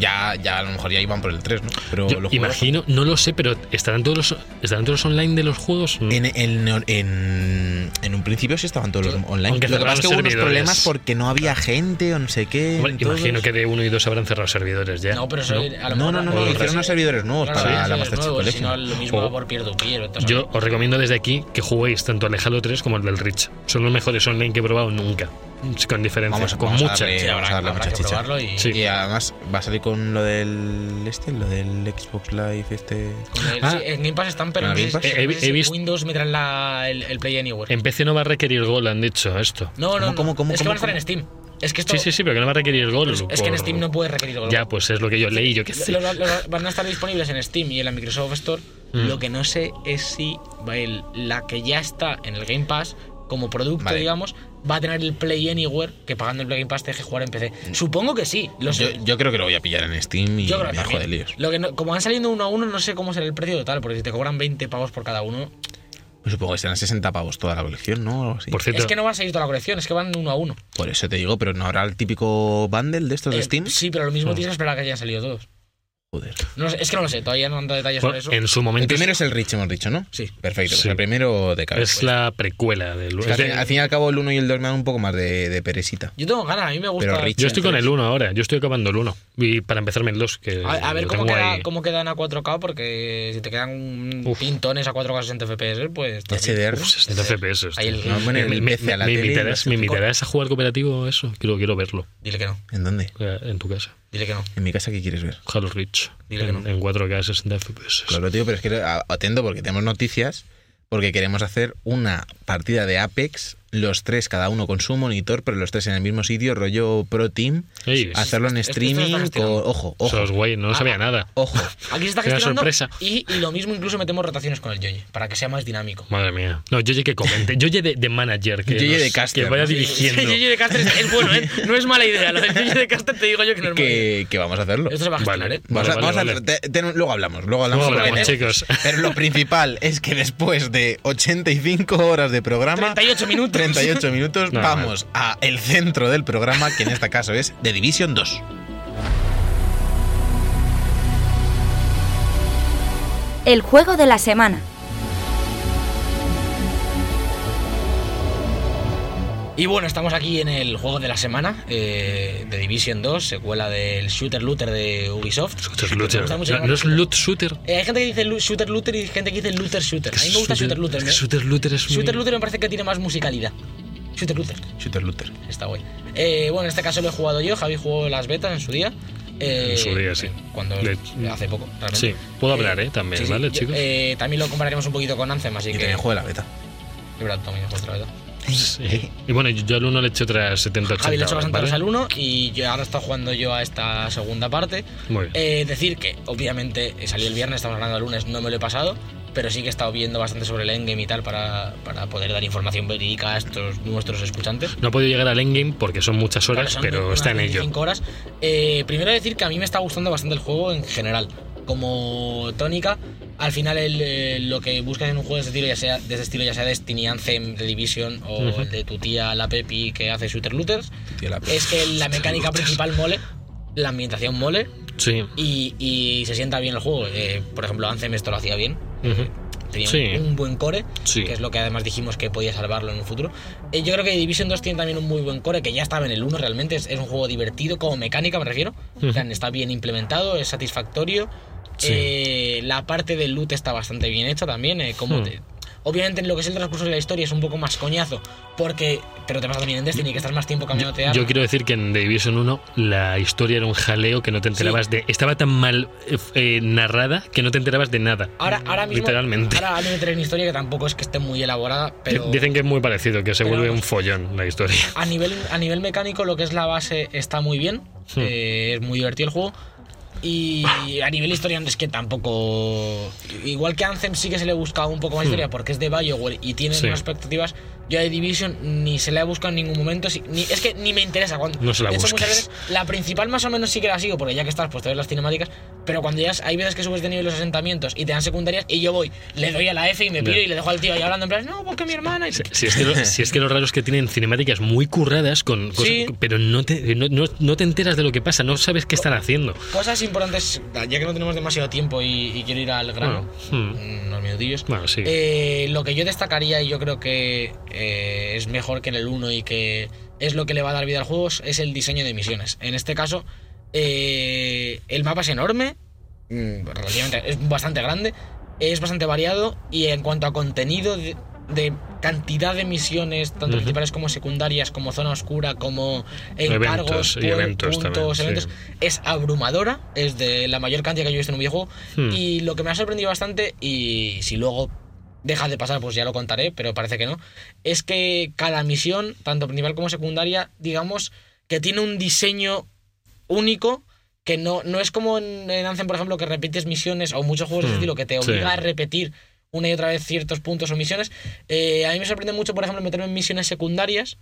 ya, ya a lo mejor ya iban por el 3, ¿no? Pero Yo lo jugué imagino, no lo sé, pero ¿estarán todos los, ¿estarán todos los online de los juegos? Mm. bastante. En, en- en- en un principio sí estaban todos los online. Aunque lo que pasa es que hubo unos cerraron problemas servidores. porque no había gente o no sé qué. Hombre, entonces- imagino que de uno y dos habrán cerrado servidores ya. No, pero eso a lo No, no, mejor. no, O no, el hicieron resto. unos servidores nuevos Claro, para sí, la sí, Master es Chief nuevo, Si no, Collection. lo mismo O- va por peer to peer. entonces- Yo os recomiendo desde aquí que juguéis tanto al Halo 3 como al del Rich. Son los mejores online que he probado nunca. Con diferencia, Vamos a- con vamos a mucha. darle- Sí, Eh, vamos habrá, a darle habrá mucha que chicha. probarlo y. Sí. Y además va a salir con lo del este, lo del Xbox Live este. con el- Ah. sí, en Game Pass están, pero ¿En no sé Game si- Pass? no sé He- he si visto- Windows meterán la, el, el Play Anywhere. En PC no va a requerir gol, han dicho esto. No, ¿Cómo, no, Em, cómo, no. cómo, es que cómo, van a estar cómo? en Steam. Es que esto. Sí, sí, sí, pero que no va a requerir gol. Pues Es que en por- Steam no puede requerir gol. Ya, pues es lo que yo leí, yo qué sé. Lo- lo- lo- van a estar disponibles en Steam y en la Microsoft Store. Mm. Lo que no sé es si va el- la que ya está en el Game Pass, como producto, Vale. digamos, va a tener el Play Anywhere, que pagando el Game Pass te deje jugar en PC. Mm. Supongo que sí. Lo Yo, sé. yo creo que lo voy a pillar en Steam y Yo creo me que dejo de también. líos. Lo que no- como van saliendo uno a uno, no sé cómo será el precio total, porque si te cobran 20 pavos por cada uno, Pues Supongo que serán 60 pavos toda la colección, ¿no? O algo así. Por cierto, es que no van a salir toda la colección, es que van uno a uno. Por eso te digo, pero no habrá el típico bundle de estos de Eh, Steam. Sí, pero lo mismo Mm. tienes que esperar a que hayan salido todos. Joder. No lo sé, es que no lo sé, todavía no han dado detalles bueno, sobre eso. en su El momento primero es el Rich, hemos dicho, ¿no? Sí. Perfecto. pues Sí. el primero de cabeza. es la precuela del. Es es que al, de- fin, al fin y al cabo, el 1 y el 2 me dan un poco más de, de peresita. Yo tengo ganas, a mí me gusta. Pero Rich- Yo estoy con Entonces- el 1 ahora, yo estoy acabando el 1. Y para empezarme el 2, que. A, a ver lo cómo, tengo queda- ahí. cómo quedan a 4K, porque si te quedan Uf. pintones a 4K 60 FPS, pues. estás bien. HDR. Uf, 60 FPS. hostia. Ahí el- este, No, pues, bueno, este. me, el me- PC a la me tele y invitarás, no me sé. invitarás a jugar cooperativo eso? Quiero, quiero verlo Dile que no, ¿En dónde? eh, en tu casa. dile que no. ¿En mi casa qué quieres ver? Halo Reach. Dile que En, no. en 4K 60 FPS. Claro, tío, pero es que a- atento porque tenemos noticias. Porque queremos hacer una partida de Apex los tres, cada uno con su monitor, pero los tres en el mismo sitio, rollo pro team, Ey, hacerlo en Este, Esto- esto está streaming, con, gestionado. ojo, ojo, Sos güey, no Ah. sabía nada. ojo. Aquí se está Qué gestionando sorpresa. Y, y lo mismo incluso metemos rotaciones con el Yoye, para que sea más dinámico. Madre mía. No, Yoye que comente. Yoye de, de manager. Que, Yoye nos- de caster, que vaya ¿no? dirigiendo. El Yoye de Caster es, es bueno, ¿eh? No es mala idea. Lo del Yoye de Caster te digo yo que no es mala idea. Que, que vamos a hacerlo. Esto se va a gestionar, Vale. ¿eh? Vamos a- Vale, vamos a- vale, te- te- luego hablamos, luego hablamos. Luego hablamos, porque- chicos. Pero lo principal es que después de 85 horas de programa, 38 minutos. 38 minutos, No, vamos a el centro del programa, que en este caso es The Division 2. El juego de la semana. Y bueno, estamos aquí en el juego de la semana eh, de Division 2, secuela del Shooter Looter de Ubisoft. Shooter Me looter. gusta mucho No, llamar- no es loot shooter. Eh, hay gente que dice lu- Shooter Looter y gente que dice Looter Shooter. A mí me gusta Shooter Looter. ¿eh? Es ¿no? que Shooter looter es muy- Shooter Looter me parece que tiene más musicalidad. Shooter Looter. Shooter Looter. Está guay. Eh, bueno, en este caso lo he jugado yo. Javi jugó las betas en su día. Eh, En su día, sí. Cuando Le- hace poco, realmente. Sí, puedo hablar, ¿eh? También, sí, sí. ¿vale, Yo- chicos? eh, también lo compararemos un poquito con Anthem, así Y que. también juega la beta. Yo creo que también juego otra beta. Sí. Y bueno, yo yo al uno le he hecho otras 70 80 eh. Javi le echó horas, ¿vale? bastante horas al 1 y yo ahora he estado jugando yo a esta segunda parte. Muy bien. Eh, decir que, obviamente, eh, salió el viernes, estamos hablando el lunes, no me lo he pasado, pero sí que he estado viendo bastante sobre el endgame y tal para, para poder dar información verídica a estos nuestros escuchantes. No he podido llegar al endgame porque son muchas horas, Claro, son pero unas está en ello. 25 horas. Eh, primero decir que a mí me está gustando bastante el juego en general. Como tónica, al final el, eh, lo que buscas en un juego de este estilo, ya sea, de este estilo, ya sea Destiny Anthem, The Division o Ujú. el de tu tía la Pepi que hace Shooter Looters, Tío, Eh, la- es que la mecánica principal mole, la ambientación mole Sí. y, y se sienta bien el juego. Eh, por ejemplo, Anthem esto lo hacía bien. Ujú. Tenía Sí. un, un buen core, Sí. que es lo que además dijimos que podía salvarlo en un futuro. Eh, yo creo que Division 2 tiene también un muy buen core, que ya estaba en el 1 realmente. Es, es un juego divertido, como mecánica me refiero. Ujú. En plan, está bien implementado, es satisfactorio. Sí. Eh, la parte del loot está bastante bien hecha también. eh, como Hmm. te- Obviamente en lo que es el transcurso de la historia es un poco más coñazo, porque pero te vas también en Destiny, que estás más tiempo cambiándote de Yo arma. quiero decir que en The Division 1 la historia era un jaleo que no te enterabas de. Estaba tan mal eh, eh, narrada que no te enterabas de nada. Ahora, ahora mismo, Literalmente. ahora hay una historia que tampoco es que esté muy elaborada, pero... Dicen que es muy parecido, que se pero- vuelve un follón la historia. A nivel, a nivel mecánico, lo que es la base está muy bien. Sí. eh, es muy divertido el juego. Y a nivel historia es que tampoco. Igual que Anthem sí que se le busca un poco más historia porque es de Bioware y tiene Sí. unas expectativas. Yo a The Division ni se la he buscado en ningún momento. si- ni- es que ni me interesa cuando. No se la de hecho, busques. muchas veces la principal más o menos sí que la sigo porque ya que estás, pues te ves las cinemáticas. Pero cuando ya es- hay veces que subes de nivel los asentamientos y te dan secundarias y yo voy, le doy a la F y me piro Ya. y le dejo al tío ahí hablando en plan, no, porque mi hermana. y- Si es, que lo, si es que lo raro es que tienen cinemáticas muy curradas, con cosas- Sí. pero no te, no, no- no te enteras de lo que pasa, no sabes qué están haciendo. Cosas importantes, ya que no tenemos demasiado tiempo y, y quiero ir al grano, Bueno, mm, unos minutillos. Bueno, sí. Eh, lo que yo destacaría y yo creo que eh, es mejor que en el 1 y que es lo que le va a dar vida al juego es el diseño de misiones. En este caso, eh, el mapa es enorme, mm, relativamente, es bastante grande, es bastante variado y en cuanto a contenido de, de cantidad de misiones, tanto Ujú. principales como secundarias, como zona oscura, como Eventos encargos, y pue- eventos puntos, también, sí. eventos, es abrumadora, es de la mayor cantidad que yo he visto en un videojuego. Hmm. Y lo que me ha sorprendido bastante, y si luego deja de pasar, pues ya lo contaré, pero parece que no, es que cada misión, tanto principal como secundaria, digamos que tiene un diseño único. Que no, no es como en, en Anthem, por ejemplo, que repites misiones o muchos juegos de Hmm, ese estilo que te sí. obliga a repetir una y otra vez ciertos puntos o misiones. Eh, a mí me sorprende mucho, por ejemplo, meterme en misiones secundarias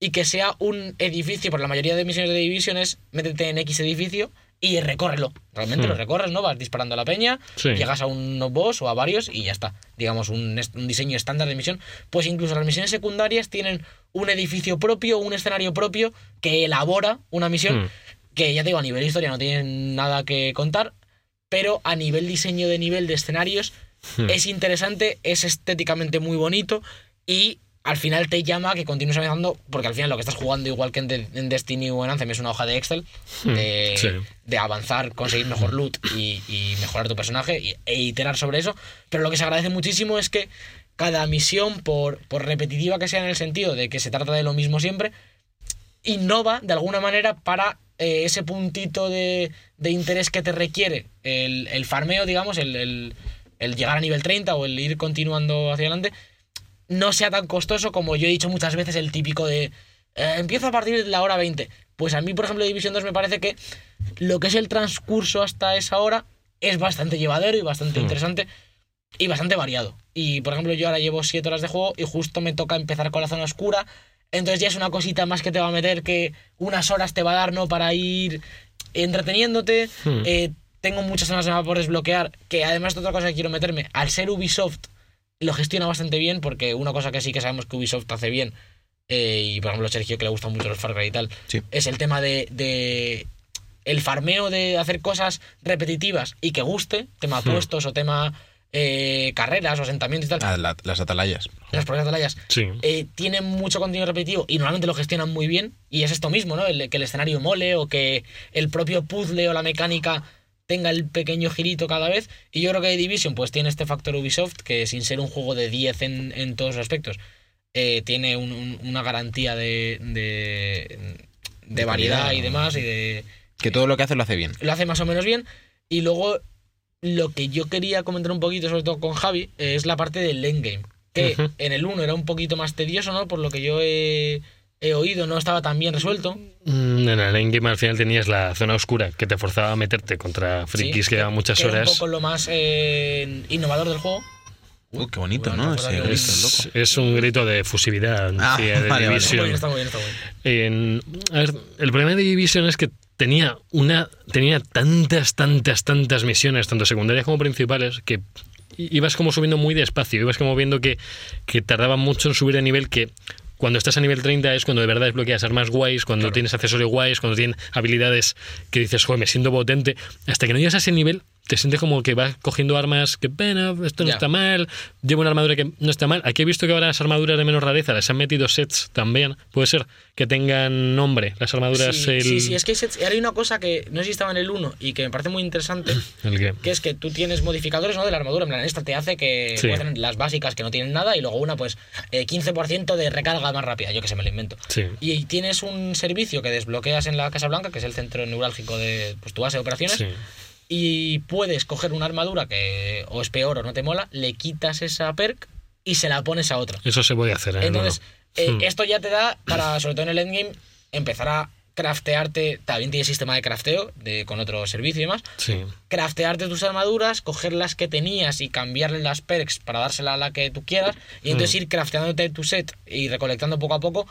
y que sea un edificio, por la mayoría de misiones de Division es métete en X edificio y recórrelo. Realmente Hmm. lo recorres, ¿no? Vas disparando a la peña, Sí. llegas a un boss o a varios y ya está. Digamos, un, est- un diseño estándar de misión. Pues incluso las misiones secundarias tienen un edificio propio, un escenario propio que elabora una misión Hmm. que, ya te digo, a nivel historia no tienen nada que contar, pero a nivel diseño de nivel de escenarios Hmm. es interesante, es estéticamente muy bonito y al final te llama a que continúes avanzando, porque al final lo que estás jugando, igual que en, De- en Destiny o en Anthem, es una hoja de Excel de, sí. de avanzar, conseguir mejor loot y, y mejorar tu personaje y- e iterar sobre eso. Pero lo que se agradece muchísimo es que cada misión, por, por repetitiva que sea en el sentido de que se trata de lo mismo siempre, innova de alguna manera para eh, ese puntito de, de interés que te requiere el, el farmeo, digamos, el, el- el llegar a nivel 30 o el ir continuando hacia adelante, no sea tan costoso como yo he dicho muchas veces el típico de eh, empiezo a partir de la hora 20. Pues a mí, por ejemplo, División 2 me parece que lo que es el transcurso hasta esa hora es bastante llevadero y bastante interesante y bastante variado. Y, por ejemplo, yo ahora llevo 7 horas de juego y justo me toca empezar con la zona oscura. Entonces ya es una cosita más que te va a meter que unas horas te va a dar, ¿no? Para ir entreteniéndote. Hmm. Eh, tengo muchas zonas de mapa por desbloquear, que además de otra cosa que quiero meterme, al ser Ubisoft lo gestiona bastante bien, porque una cosa que sí que sabemos que Ubisoft hace bien, eh, y por ejemplo Sergio que le gustan mucho los Far Cry y tal, Sí. es el tema de, de el farmeo de hacer cosas repetitivas y que guste, tema puestos o tema eh, carreras o asentamientos y tal. Ah, la- las atalayas. Las propias atalayas Sí. eh, tiene mucho contenido repetitivo y normalmente lo gestionan muy bien. Y es esto mismo, ¿no? El- que el escenario mole o que el propio puzzle o la mecánica tenga el pequeño girito cada vez. Y yo creo que Division pues tiene este factor Ubisoft que sin ser un juego de 10 en, en todos los aspectos, eh, tiene un- un- una garantía de, de, de De variedad calidad, y ¿no? demás y de, Que todo lo que hace lo hace bien. lo hace más o menos bien. Y luego, lo que yo quería comentar un poquito, sobre todo con Javi, eh, es la parte del endgame. Que Ujú. en el 1 era un poquito más tedioso, ¿no? Por lo que yo he, he oído, no estaba tan bien resuelto. Mm, En el endgame al final tenías la zona oscura que te forzaba a meterte contra frikis Sí, que llevaban muchas que Era un horas. poco lo más eh, innovador del juego. Uh, qué bonito, Bueno, ¿no? te Ese acuerdas de grito, los- loco. Es, es un grito de fusividad Ah, sí, de vale, vale. Está muy división. bien, está muy bien, está muy bien. En- a ver, el problema de Division es que tenía una tenía tantas, tantas, tantas misiones, tanto secundarias como principales, que i- ibas como subiendo muy despacio, ibas como viendo que, que tardaban mucho en subir de nivel, que cuando estás a nivel 30 es cuando de verdad desbloqueas armas guays, cuando tienes accesorios guays, cuando tienes habilidades que dices, joder, me siento potente. Hasta que no llegas a ese nivel, te sientes como que vas cogiendo armas que, bueno, esto no Ya. está mal, llevo una armadura que no está mal. Aquí he visto que ahora las armaduras de menos rareza les han metido sets también. Puede ser que tengan nombre las armaduras. Sí, el, sí, sí, es que hay sets- ahora hay una cosa que no sé si estaba en el 1 y que me parece muy interesante. el que- que es que tú tienes modificadores ¿no? de la armadura. En plan, esta te hace que Sí. puedas tener las básicas que no tienen nada y luego una, pues, eh, 15% de recarga más rápida. Yo que se me lo invento. Sí. Y tienes un servicio que desbloqueas en la Casa Blanca, que es el centro neurálgico de pues, tu base de operaciones. Sí. Y puedes coger una armadura que o es peor o no te mola, le quitas esa perk y se la pones a otra. Eso se puede hacer. ¿eh? Entonces, No, eh, no. Hmm. esto ya te da para, sobre todo en el endgame, empezar a craftearte. También tiene sistema de crafteo de, con otro servicio y demás Sí. craftearte tus armaduras, coger las que tenías y cambiarle las perks para dársela a la que tú quieras, y entonces ir crafteándote tu set y recolectando poco a poco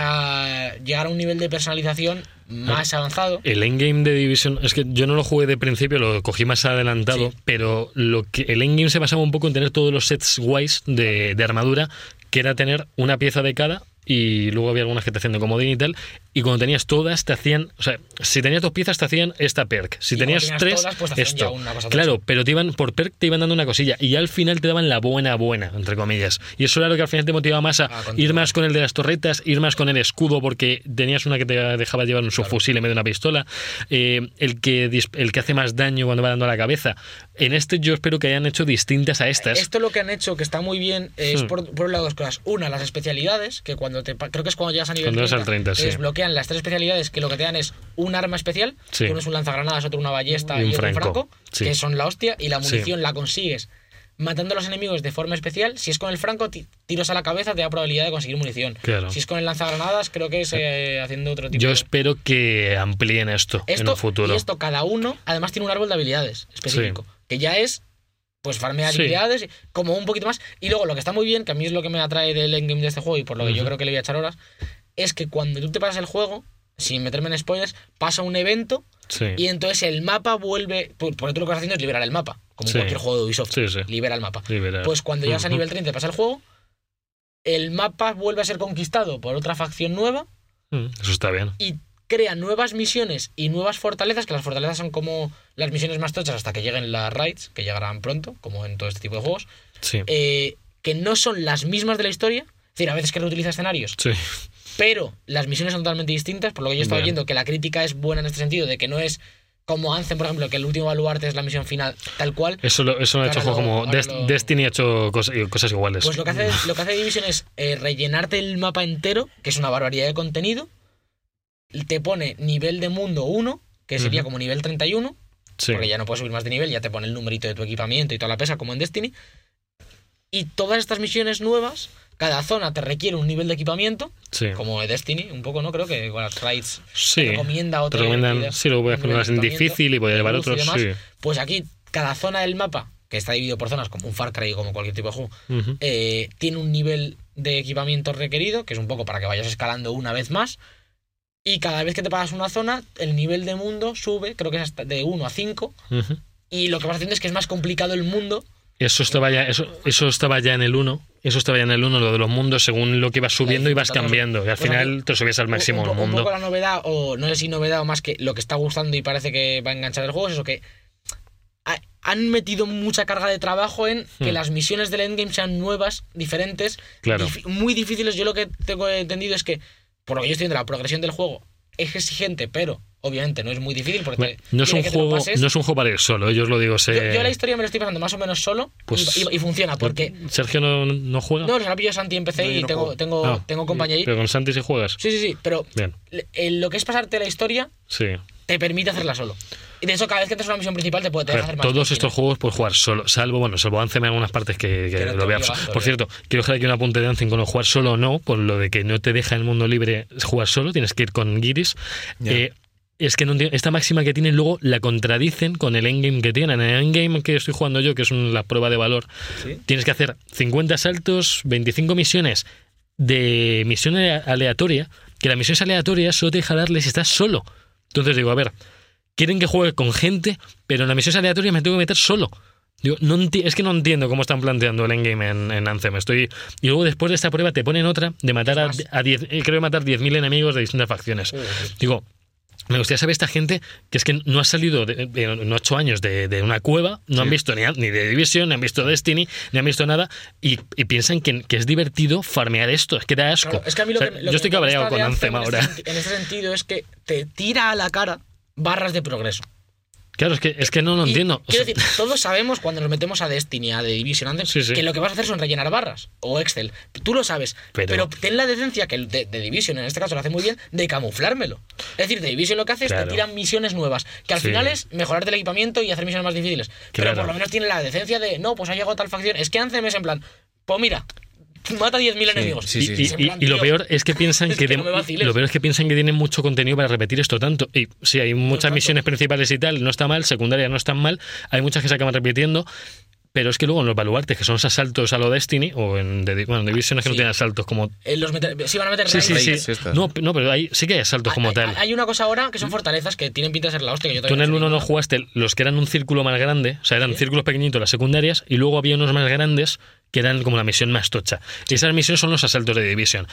para llegar a un nivel de personalización más avanzado. El endgame de Division, es que yo no lo jugué de principio, lo cogí más adelantado, Sí. pero lo que el endgame se basaba un poco en tener todos los sets guays de, de armadura, que era tener una pieza de cada y luego había algunas que te hacían de comodín y tal, y cuando tenías todas te hacían, o sea, si tenías dos piezas te hacían esta perk, si Y cuando tenías, tenías tres todas, pues te hacían esto. ya una cosa claro, pero te iban por perk te iban dando una cosilla y ya al final te daban la buena buena, entre comillas. Y eso era lo que al final te motivaba más a A continuar. ir más con el de las torretas, ir más con el escudo porque tenías una que te dejaba llevar un subfusil en vez de una pistola, eh, el, que, dis- el que hace más daño cuando va dando a la cabeza. En este yo espero que hayan hecho distintas a estas. Esto lo que han hecho, que está muy bien, es Hmm. por, por un lado dos cosas. Una, las especialidades, que cuando te pa- creo que es cuando llegas a nivel Cuando llegas 30, al 30, te sí. desbloquean las tres especialidades que lo que te dan es un arma especial, Sí. que uno es un lanzagranadas, otro una ballesta Y y, un otro un franco, franco, sí. que son la hostia, y la Sí. munición la consigues matando a los enemigos de forma especial. Si es con el franco, ti- tiros a la cabeza, te da probabilidad de conseguir munición. Claro. Si es con el lanzagranadas, creo que es eh, haciendo otro tipo Yo de- espero que amplíen esto, en esto, un futuro. Y esto, cada uno, además tiene un árbol de habilidades específico, que ya es, pues, farmear Sí. habilidades, como un poquito más. Y luego, lo que está muy bien, que a mí es lo que me atrae del endgame de este juego y por lo que yo Ujú. creo que le voy a echar horas, es que cuando tú te pasas el juego, sin meterme en spoilers, pasa un evento Sí. y entonces el mapa vuelve. por- Porque tú lo que estás haciendo es liberar el mapa, como en Sí. cualquier juego de Ubisoft. Sí, sí. Libera el mapa. Liberar. Pues cuando llegas a Ujú. nivel 30 y te pasa el juego, el mapa vuelve a ser conquistado por otra facción nueva Mm, Eso está bien. y crea nuevas misiones y nuevas fortalezas, que las fortalezas son como las misiones más tochas hasta que lleguen las raids, que llegarán pronto, como en todo este tipo de juegos, Sí. eh, que no son las mismas de la historia. Es decir, a veces que reutiliza escenarios, Sí. pero las misiones son totalmente distintas, por lo que yo estaba Bien. viendo que la crítica es buena en este sentido, de que no es como Anthem, por ejemplo, que el último baluarte es la misión final tal cual. Eso lo, eso lo ha Ahora hecho juego lo- como ahora Des- lo- Destiny ha hecho cosas, cosas iguales. Pues lo que hace, lo que hace Division es eh, rellenarte el mapa entero, que es una barbaridad de contenido, y te pone nivel de mundo 1, que sería Ujú. como nivel 31, Sí. porque ya no puedes subir más de nivel, ya te pone el numerito de tu equipamiento y toda la pesa como en Destiny. Y todas estas misiones nuevas Cada zona te requiere un nivel de equipamiento, Sí. como de Destiny, un poco, ¿no? Creo que con las raids Sí, te recomienda te otro. recomiendan, nivel de- sí, luego puedes nivel de ponerlas en equipamiento, difícil y puedes llevar recursos y otros, demás. sí. Pues aquí, cada zona del mapa, que está dividido por zonas, como un Far Cry, como cualquier tipo de juego, Ujú. eh, tiene un nivel de equipamiento requerido, que es un poco para que vayas escalando una vez más. Y cada vez que te pagas una zona, el nivel de mundo sube, creo que es hasta de 1 a 5. Ujú. Y lo que vas haciendo es que es más complicado el mundo. Eso estaba ya, eso, eso estaba ya en el 1. Eso estaba ya en el 1, lo de los mundos, según lo que ibas subiendo ibas dificultad, cambiando. Y al o sea, final te subías al máximo un, el poco- un poco mundo. la novedad, o no sé si novedad o más que lo que está gustando y parece que va a enganchar el juego, es eso que ha- han metido mucha carga de trabajo en que Hmm. las misiones del endgame sean nuevas, diferentes, Claro. dif- muy difíciles. Yo lo que tengo entendido es que, por lo que yo estoy viendo, la progresión del juego es exigente, pero obviamente no es muy difícil porque No es, quiere un que te lo juego, pases. no es un juego para ir solo, yo os lo digo. Yo- Se, yo la historia me lo estoy pasando más o menos solo y- Pues- y, y funciona porque... Sergio no, no juega. No, los pillo Santi en PC No, yo y no tengo, juego. tengo, Ah, tengo compañía ahí. Pero con Santi sí juegas. Sí, sí, sí, pero Bien, le- eh, lo que es pasarte la historia sí. te permite hacerla solo. Y de hecho, cada vez que te haces una misión principal te puede te A ver, deja hacer más. todos misiones. estos juegos puedes jugar solo, salvo, bueno, salvo Anthem en algunas partes que, que Que no te lo veas. obliga, Por obvio. cierto, quiero dejar aquí un apunte de Anthem con lo jugar solo o no, con lo de que no te deja el mundo libre jugar solo, tienes que ir con Giris. Ya. Eh, es que no entiendo- esta máxima que tienen luego la contradicen con el endgame que tienen. En el endgame que estoy jugando yo, que es un- la prueba de valor, tienes que hacer 50 saltos, 25 misiones de misión ale- aleatoria, que las misiones aleatorias solo te deja darle si estás solo. Entonces digo, a ver, quieren que juegue con gente, pero en las misiones aleatorias me tengo que meter solo. Digo, no enti- es que no entiendo cómo están planteando el endgame en, en Anthem. Estoy, y luego después de esta prueba te ponen otra de matar a, Más. a 10, eh, creo que matar 10.000 enemigos de distintas facciones. Digo, me gustaría saber esta gente que es que no ha salido de- de- en ocho años de, de una cueva, no han visto ni, a- ni de Division, ni han visto Destiny, ni han visto nada, y, y piensan que, que es divertido farmear esto. Es que da asco. Claro, es que a mí lo O sea, que, me- lo yo que estoy me molesta cabreado de con Anthem Anthem en este ahora. senti- en este sentido es que te tira a la cara barras de progreso. Claro, es que, es que no lo Y entiendo. O Quiero sea, decir, todos sabemos cuando nos metemos a Destiny, a The Division Anthem, Sí, sí. que lo que vas a hacer son rellenar barras o Excel. Tú lo sabes, Pero- pero, ten la decencia, que el de, de Division en este caso lo hace muy bien, de camuflármelo. Es decir, The Division lo que hace es Claro. te tiran misiones nuevas, que al Sí. final es mejorarte el equipamiento y hacer misiones más difíciles. Pero Claro. por lo menos tiene la decencia de, no, pues ha llegado tal facción. Es que Anthem es en plan, pues mira, mata 10.000 enemigos. sí, sí, y, sí. y- Es en y- plan, y lo tío, peor es que piensan Es que, que de- no me vaciles. lo peor es que piensan que tienen mucho contenido para repetir esto tanto y sí hay muchas tanto. misiones principales y tal no está mal secundarias no están mal hay muchas que se acaban repitiendo pero es que luego en los baluartes que son esos asaltos a lo Destiny o en The, bueno, en The Division es que no Sí. tienen asaltos como eh, los meter- sí, van a meter sí raids. sí Raids sí estas. no, no pero hay, sí que hay asaltos como hay, tal hay- hay una cosa ahora que son fortalezas que tienen pinta de ser la hostia. Que yo Tú en todavía el no sé 1 no ninguna. jugaste los que eran un círculo más grande, o sea, eran círculos pequeñitos las secundarias, y luego había unos más grandes que eran como la misión más tocha. Y esas misiones son los asaltos de Division.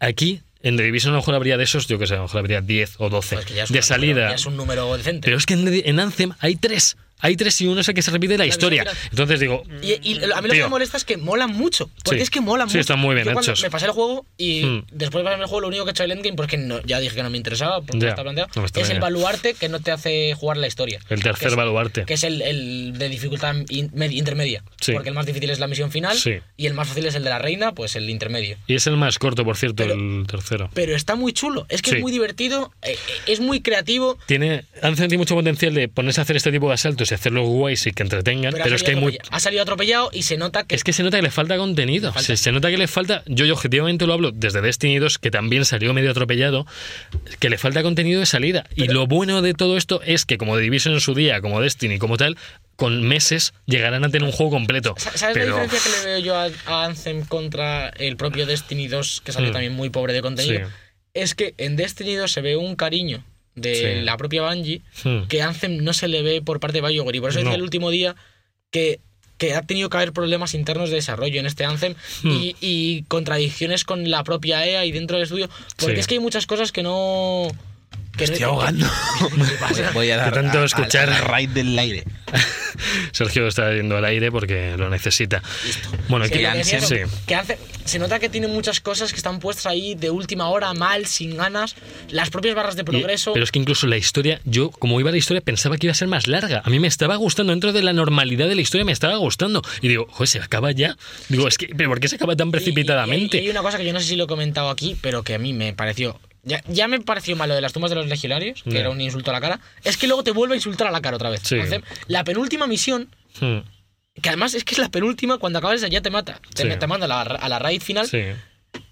Aquí, en The Division a lo mejor habría de esos, yo que sé, a lo mejor habría 10 o 12 Pues que ya es de un número- salida. ya es un número decente. Pero es que en, en Anthem hay tres. Hay tres y uno es el que se repite la, La historia. misión final. Entonces digo. Y, y a mí lo que tío, me molesta es que mola mucho. Porque Sí. es que mola Sí, mucho. están muy bien Yo cuando hechos. Me pasé el juego y Hmm. después de pasarme el juego, lo único que he hecho el endgame, porque no, ya dije que no me interesaba, Ya, porque no está planteado, no me está es el bien. baluarte que no te hace jugar la historia. El tercer Que es- baluarte. Que es el, el de dificultad in- med- intermedia. Sí. Porque el más difícil es la misión final Sí. y el más fácil es el de la reina, pues el intermedio. Y es el más corto, por cierto, Pero- el tercero. Pero está muy chulo. Es que Sí. es muy divertido, eh, eh, es muy creativo. Tiene, Anthem tiene mucho potencial de ponerse a hacer este tipo de asaltos y hacerlos guays y que entretengan, pero, ha es que hay salido muy, atropella- Ha salido atropellado y se nota que Es que se nota que le falta contenido. falta. Se, se nota que le falta. Yo, yo objetivamente lo hablo desde Destiny 2, que también salió medio atropellado, que le falta contenido de salida. y lo bueno de todo esto es que, como The Division en su día, como Destiny, como tal, con meses llegarán a tener un juego completo. Sa- ¿Sabes Pero la diferencia que le veo yo a, a Anthem contra el propio Destiny 2, que salió Mm. también muy pobre de contenido? Sí. Es que en Destiny 2 se ve un cariño de Sí. la propia Bungie Hmm. que Anthem no se le ve por parte de BioWare. Y por eso No. decía el último día que, que ha tenido que haber problemas internos de desarrollo en este Anthem Mm. y, y contradicciones con la propia EA y dentro del estudio. Porque Sí. es que hay muchas cosas que no... Que Estoy no- ahogando. Voy, voy a dar De tanto a- a- escuchar. a la raid del aire. Sergio está yendo al aire porque lo necesita. Bueno, Sí, que- lo que decía sí. eso, que hace- se nota que tiene muchas cosas que están puestas ahí de última hora, mal, sin ganas. Las propias barras de Y- progreso. Pero es que incluso la historia, yo como iba la historia pensaba que iba a ser más larga. A mí me estaba gustando, dentro de la normalidad de la historia me estaba gustando. Y digo, joder, se acaba ya. Digo, es que, ¿pero por qué se acaba tan y- y- y hay- precipitadamente? Y, hay una cosa que yo no sé si lo he comentado aquí, pero que a mí me pareció. Ya, ya me pareció malo de las tumbas de los legionarios, que Ya. era un insulto a la cara. Es que luego te vuelve a insultar a la cara otra vez. Sí. Hace- La penúltima misión Hmm. Que además es que es la penúltima, cuando acabas esa ya te mata. Te, Sí. te manda a la, a la raid final. Sí,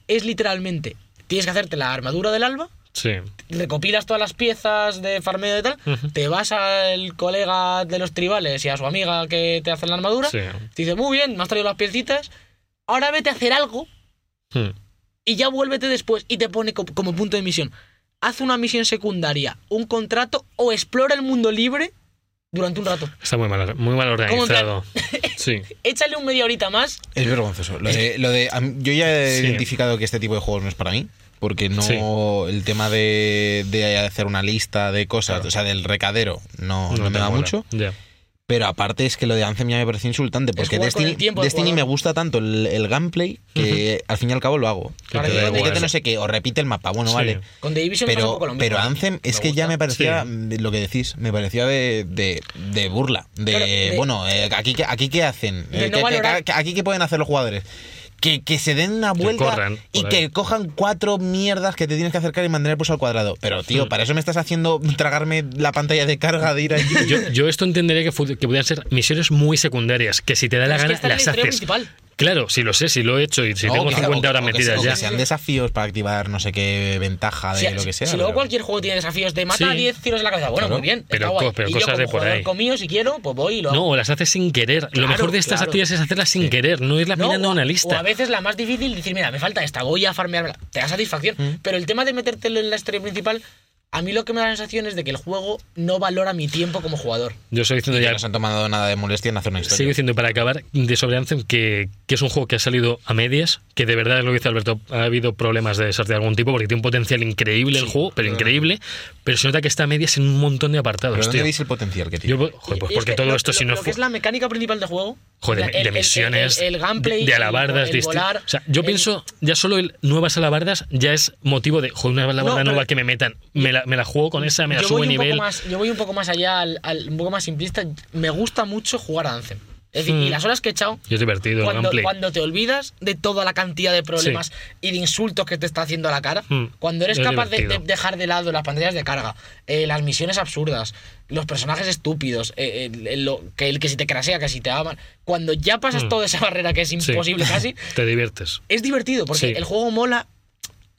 Es literalmente, tienes que hacerte la armadura del alba, sí. recopilas todas las piezas de farmeo y tal, Ujú. te vas al colega de los tribales y a su amiga que te hace la armadura, Sí. te dice, muy bien, me has traído las piecitas, ahora vete a hacer algo Hmm. y ya vuélvete después y te pone co- como, punto de misión. Haz una misión secundaria, un contrato o explora el mundo libre durante un rato. Está muy mal, muy mal en organizado. Sí. Échale un media horita más. Es vergonzoso. Lo de, lo de- a mí- yo ya he Sí. identificado que este tipo de juegos no es para mí. Porque no. Sí. El tema de, de hacer una lista de cosas, Claro. o sea, del recadero, no, no, te me da mola. mucho. Ya. Pero aparte es que lo de Anthem ya me parece insultante. Porque jugar con Destiny, el tiempo del Destiny me jugador. gusta tanto el, el gameplay que al fin y al cabo lo hago. Que Ahora te yo da lo Métete igual. no sé qué, o repite el mapa, bueno, Sí. vale. Con The Division pasa un Pero, poco lo mismo. pero Anthem es Me que ya gusta. me parecía Sí. mm, lo que decís, me parecía de, de- de burla. De, Claro, de- bueno, eh, aquí, que- aquí qué hacen, De Eh, no ¿qué- qué- valorar- qué- aquí qué pueden hacer los jugadores. Que, que se den una Que vuelta corran y por que ahí. cojan cuatro mierdas que te tienes que acercar y mantener pulso al cuadrado. Pero, Mm. tío, para eso me estás haciendo tragarme la pantalla de carga de ir allí. Yo, yo esto entendería que, fu- que pudieran ser misiones muy secundarias, que si te da la Es que gana está en el las historia haces. principal. Claro, si lo sé, si lo he hecho y si No, tengo que- 50 horas o que- metidas o que ya. sean desafíos para activar no sé qué ventaja de Si- lo que sea. Si luego pero- cualquier juego tiene desafíos de mata Sí. 10 tiros en la cabeza. Bueno, Claro. muy bien. Pero está guay. co- pero y yo cosas como de por jugador ahí. Comío, si quiero, pues voy y lo hago. No, las haces sin querer. Claro, lo mejor de estas claro. actividades es hacerlas sin querer, no irlas No, mirando o a- una O a lista. veces la más difícil decir, mira, me falta esta, voy a farmearla. Te da satisfacción. Mm. Pero el tema de metértelo en la historia principal, a mí lo que me da la sensación es de que el juego no valora mi tiempo como jugador. Yo estoy diciendo que ya no se han tomado nada de molestia en hacer una historia. Sigo diciendo, para acabar, de sobre Anthem, que, que es un juego que ha salido a medias, que de verdad, lo que dice Alberto, ha habido problemas de desarrollo de algún tipo, porque tiene un potencial increíble el juego, pero increíble, pero se nota que está a medias en un montón de pero apartados, ¿dónde tío. veis el potencial que tiene? Yo, joder, pues Y es porque que todo lo- esto, lo- si no lo que fue... es la mecánica principal del juego. Joder, o sea, de, el- de el- misiones, El, el gameplay. de, de el- alabardas, el disti- volar, o sea, yo el- pienso, ya solo el nuevas alabardas ya es motivo de, joder, una alabarda No, pero- nueva que me metan, me la, me la juego con esa, me la yo subo voy de un nivel. Poco más, yo voy un poco más allá, al, al- un poco más simplista. Me gusta mucho jugar a Anthem. Es decir, Hmm. y las horas que he echado, Y es divertido, el cuando, gameplay. cuando te olvidas de toda la cantidad de problemas Sí. y de insultos que te está haciendo a la cara, Mm, cuando eres es capaz de, divertido. de dejar de lado las pantallas de carga, eh, las misiones absurdas, los personajes estúpidos, eh, el- el- lo- que el que si te crasea, que si te aman, cuando ya pasas toda esa barrera que es Hmm. Sí. imposible casi, Te diviertes. es divertido porque Sí. el juego mola.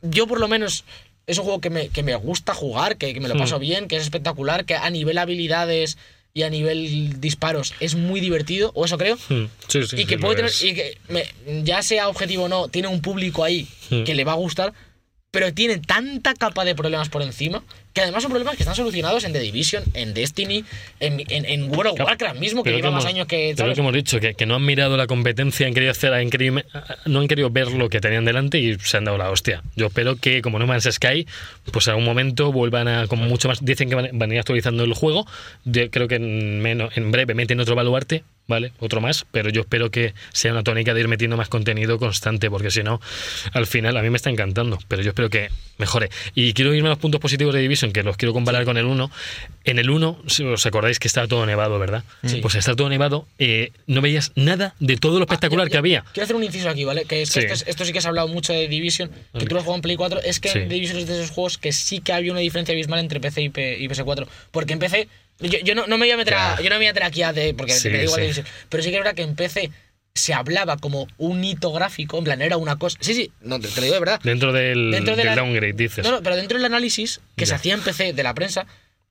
Yo, por lo menos, es un juego que me, que me gusta jugar, que, que me lo Hmm. paso bien, que es espectacular, que a nivel habilidades y a nivel disparos es muy divertido, o eso creo. Mm, sí, sí, y sí, que lo puede tener, es. y que me- ya sea objetivo o no, tiene un público ahí Mm. que le va a gustar, pero tiene tanta capa de problemas por encima, que además son problemas que están solucionados en The Division, en Destiny, en, en, en World of Claro, Warcraft mismo, que pero lleva más hemos- años que... pero ¿sabes? que hemos dicho, que, que no han mirado la competencia, han querido hacer, han querido- no han querido ver lo que tenían delante y se han dado la hostia. Yo espero que, como No Man's Sky, pues en algún momento vuelvan a, con mucho más. Dicen que van, van a ir actualizando el juego. Yo creo que en, menos, en breve meten otro baluarte, ¿vale? Otro más, pero yo espero que sea una tónica de ir metiendo más contenido constante, porque si no, al final a mí me está encantando, pero yo espero que mejore. Y quiero irme a los puntos positivos de Division, que los quiero comparar con el 1. En el 1, si os acordáis que estaba todo nevado, ¿verdad? Sí. Ah, Pues está todo nevado, eh, no veías nada de todo lo espectacular Yo- que yo había. Quiero hacer un inciso aquí, ¿vale? Que, es que Sí. Esto, es- esto sí que se ha hablado mucho de Division, que tú lo has jugado en Play 4. Es que Sí. en Division es de esos juegos que sí que había una diferencia abismal entre PC y, P- y PS4. Porque en PC. Yo, yo no, no me voy a meter a, Ya. yo no me voy a meter aquí a de, porque Sí, me da igual sí. Division. Pero sí que es verdad que en PC se hablaba como un hito gráfico, en plan, era una cosa. Sí, sí, no, te, te lo digo de verdad. Dentro del, Dentro de del la- downgrade, dices. No, no, pero dentro del análisis que se Ya. hacía en PC de la prensa,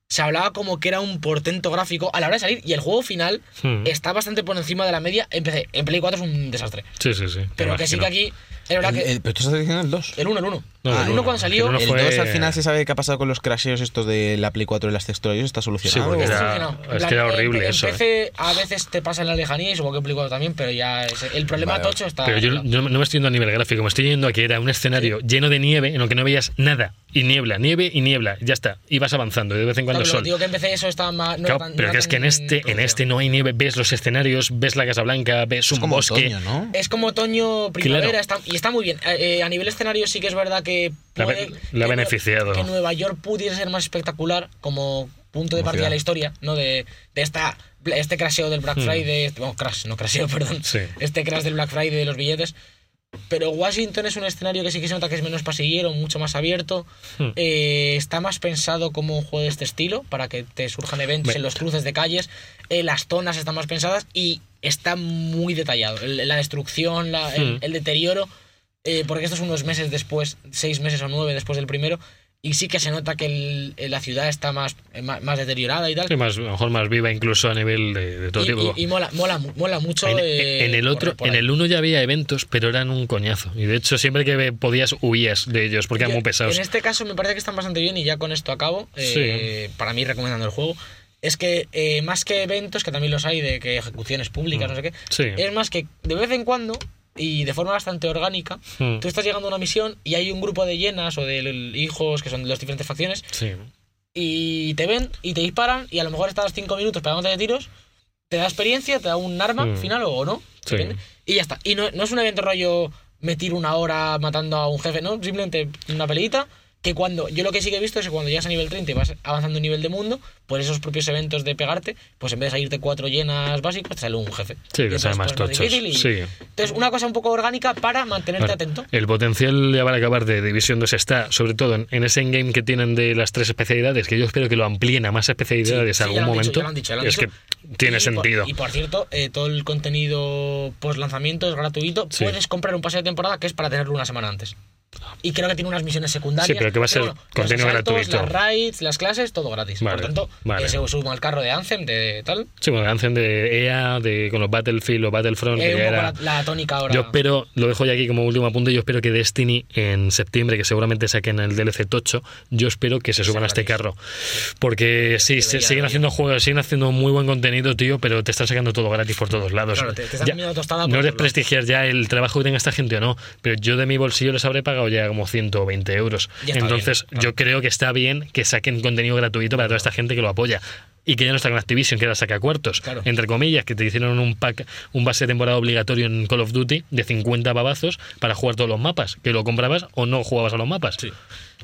se hablaba como que era un portento gráfico a la hora de salir y el juego final Hmm. está bastante por encima de la media en PC. En Play 4 es un desastre. Sí, sí, sí. Pero me que sí imagino. que aquí. Es verdad El- que. el- pero tú estás diciendo el 2. El 1, el 1. No, el el 1 1 cuando salió. el eh, uno el- El fue- 2 al final se sabe qué ha pasado con los crasheos estos de la Play 4 y las texturas. ¿Está Sí, solucionado? porque está era- solucionado. En es plan, que era en- horrible en eso. ¿eh? PC a veces te pasa en la lejanía y supongo que en Play 4 también, pero ya. es- el problema Vale, tocho está. Pero yo no, no me estoy yendo a nivel gráfico, me estoy yendo a que era un escenario lleno de nieve en lo que no veías nada. Y niebla, nieve y niebla. Ya está. Y vas avanzando. Y de vez en cuando Claro, Ah, pero sol. digo que en PC eso está más. no Claro, tan- pero no que es que en tan este, en producido. este no hay nieve, ves los escenarios, ves la Casa Blanca, ves un Es como bosque. otoño, ¿no? Es como otoño primavera Claro. está- y está muy bien. Eh, eh, a nivel escenario sí que es verdad que La puede- be- la que Nue- beneficiado. Que Nueva York pudiera ser más espectacular como punto de Como partida de ciudad. la historia, ¿no? De, de esta este craseo del Black Friday, este- bueno, crash, no craseo, perdón. Hmm. Sí. Este crash del Black Friday de los billetes. Pero Washington es un escenario que sí que se nota que es menos pasillero, mucho más abierto. Hmm. Eh, está más pensado como un juego de este estilo, para que te surjan eventos Ve- en los cruces de calles. Eh, las zonas están más pensadas y está muy detallado. El- la destrucción, la- el, Hmm. el deterioro. eh, porque esto es unos meses después, seis meses o nueve después del primero. Y sí que se nota que el- la ciudad está más, eh, más, más deteriorada y tal. Sí, más, a lo mejor más viva incluso a nivel de, de todo Y- tipo. y, y mola, mola, mu- mola mucho. en, eh, en el otro, correr por en ahí. el uno ya había eventos, pero eran un coñazo. Y de hecho, siempre que ve- podías huías de ellos Pues porque eran Ya, muy pesados. En este caso me parece que están bastante bien y ya con esto acabo. eh, Para mí recomendando el juego. Es que eh, más que eventos, que también los hay de que ejecuciones públicas, Mm. no sé qué, Sí. es más que de vez en cuando y de forma bastante orgánica, Mm. tú estás llegando a una misión y hay un grupo de llenas o de l- hijos que son de las diferentes facciones Sí. y te ven y te disparan y a lo mejor estás cinco minutos pegándote de tiros, te da experiencia, te da un arma Mm. final o no, Sí. depende, y ya está. Y no, no es un evento rollo metir una hora matando a un jefe, no, simplemente una peleita que cuando, yo lo que sí que he visto es que cuando llegas a nivel 30 y vas avanzando un nivel de mundo, por esos propios eventos de pegarte, pues en vez de salirte cuatro llenas básicas, te sale un jefe. Sí, Y que sean entonces, más pues, tochos. difícil y- Sí. Entonces, una cosa un poco orgánica para mantenerte Bueno, este atento. El potencial ya para acabar de División 2 está, sobre todo, en, en ese endgame que tienen de las tres especialidades, que yo espero que lo amplíen a más especialidades Sí, en algún sí, ya lo han momento. dicho, ya lo han dicho, ya lo han es dicho. que tiene Y por- sentido. y por cierto, eh, todo el contenido post lanzamiento es gratuito. Sí. Puedes comprar un pase de temporada que es para tenerlo una semana antes. Y creo que tiene unas misiones secundarias. Sí, pero que va a ser los contenido asaltos, gratuito. Las raids, las clases, todo gratis. Vale, por tanto, vale. eh, se suma al carro de Anthem, de tal. Sí, bueno, lancen de EA, de, con los Battlefield o Battlefront, Eh, que un ya poco era- la, la tónica ahora. Yo espero, lo dejo ya aquí como último apunte, yo espero que Destiny en septiembre, que seguramente saquen el DLC Tocho, yo espero que se suban a este gratis. carro. Porque sí, se- Debería, siguen debería. haciendo juegos, siguen haciendo muy buen contenido, tío, pero te están sacando todo gratis por todos lados. Claro, te- te están comiendo tostada por no todos eres lados. prestigiar ya el trabajo que tenga esta gente o no, pero yo de mi bolsillo les habré pagado ya como 120 euros. Ya está Entonces, bien, claro. yo creo que está bien que saquen contenido gratuito para toda esta gente que lo apoya. Y que ya no está con Activision, que ahora saca cuartos Claro. entre comillas, que te hicieron un pack, un base de temporada obligatorio en Call of Duty de 50 babazos para jugar todos los mapas, que lo comprabas o no jugabas a los mapas.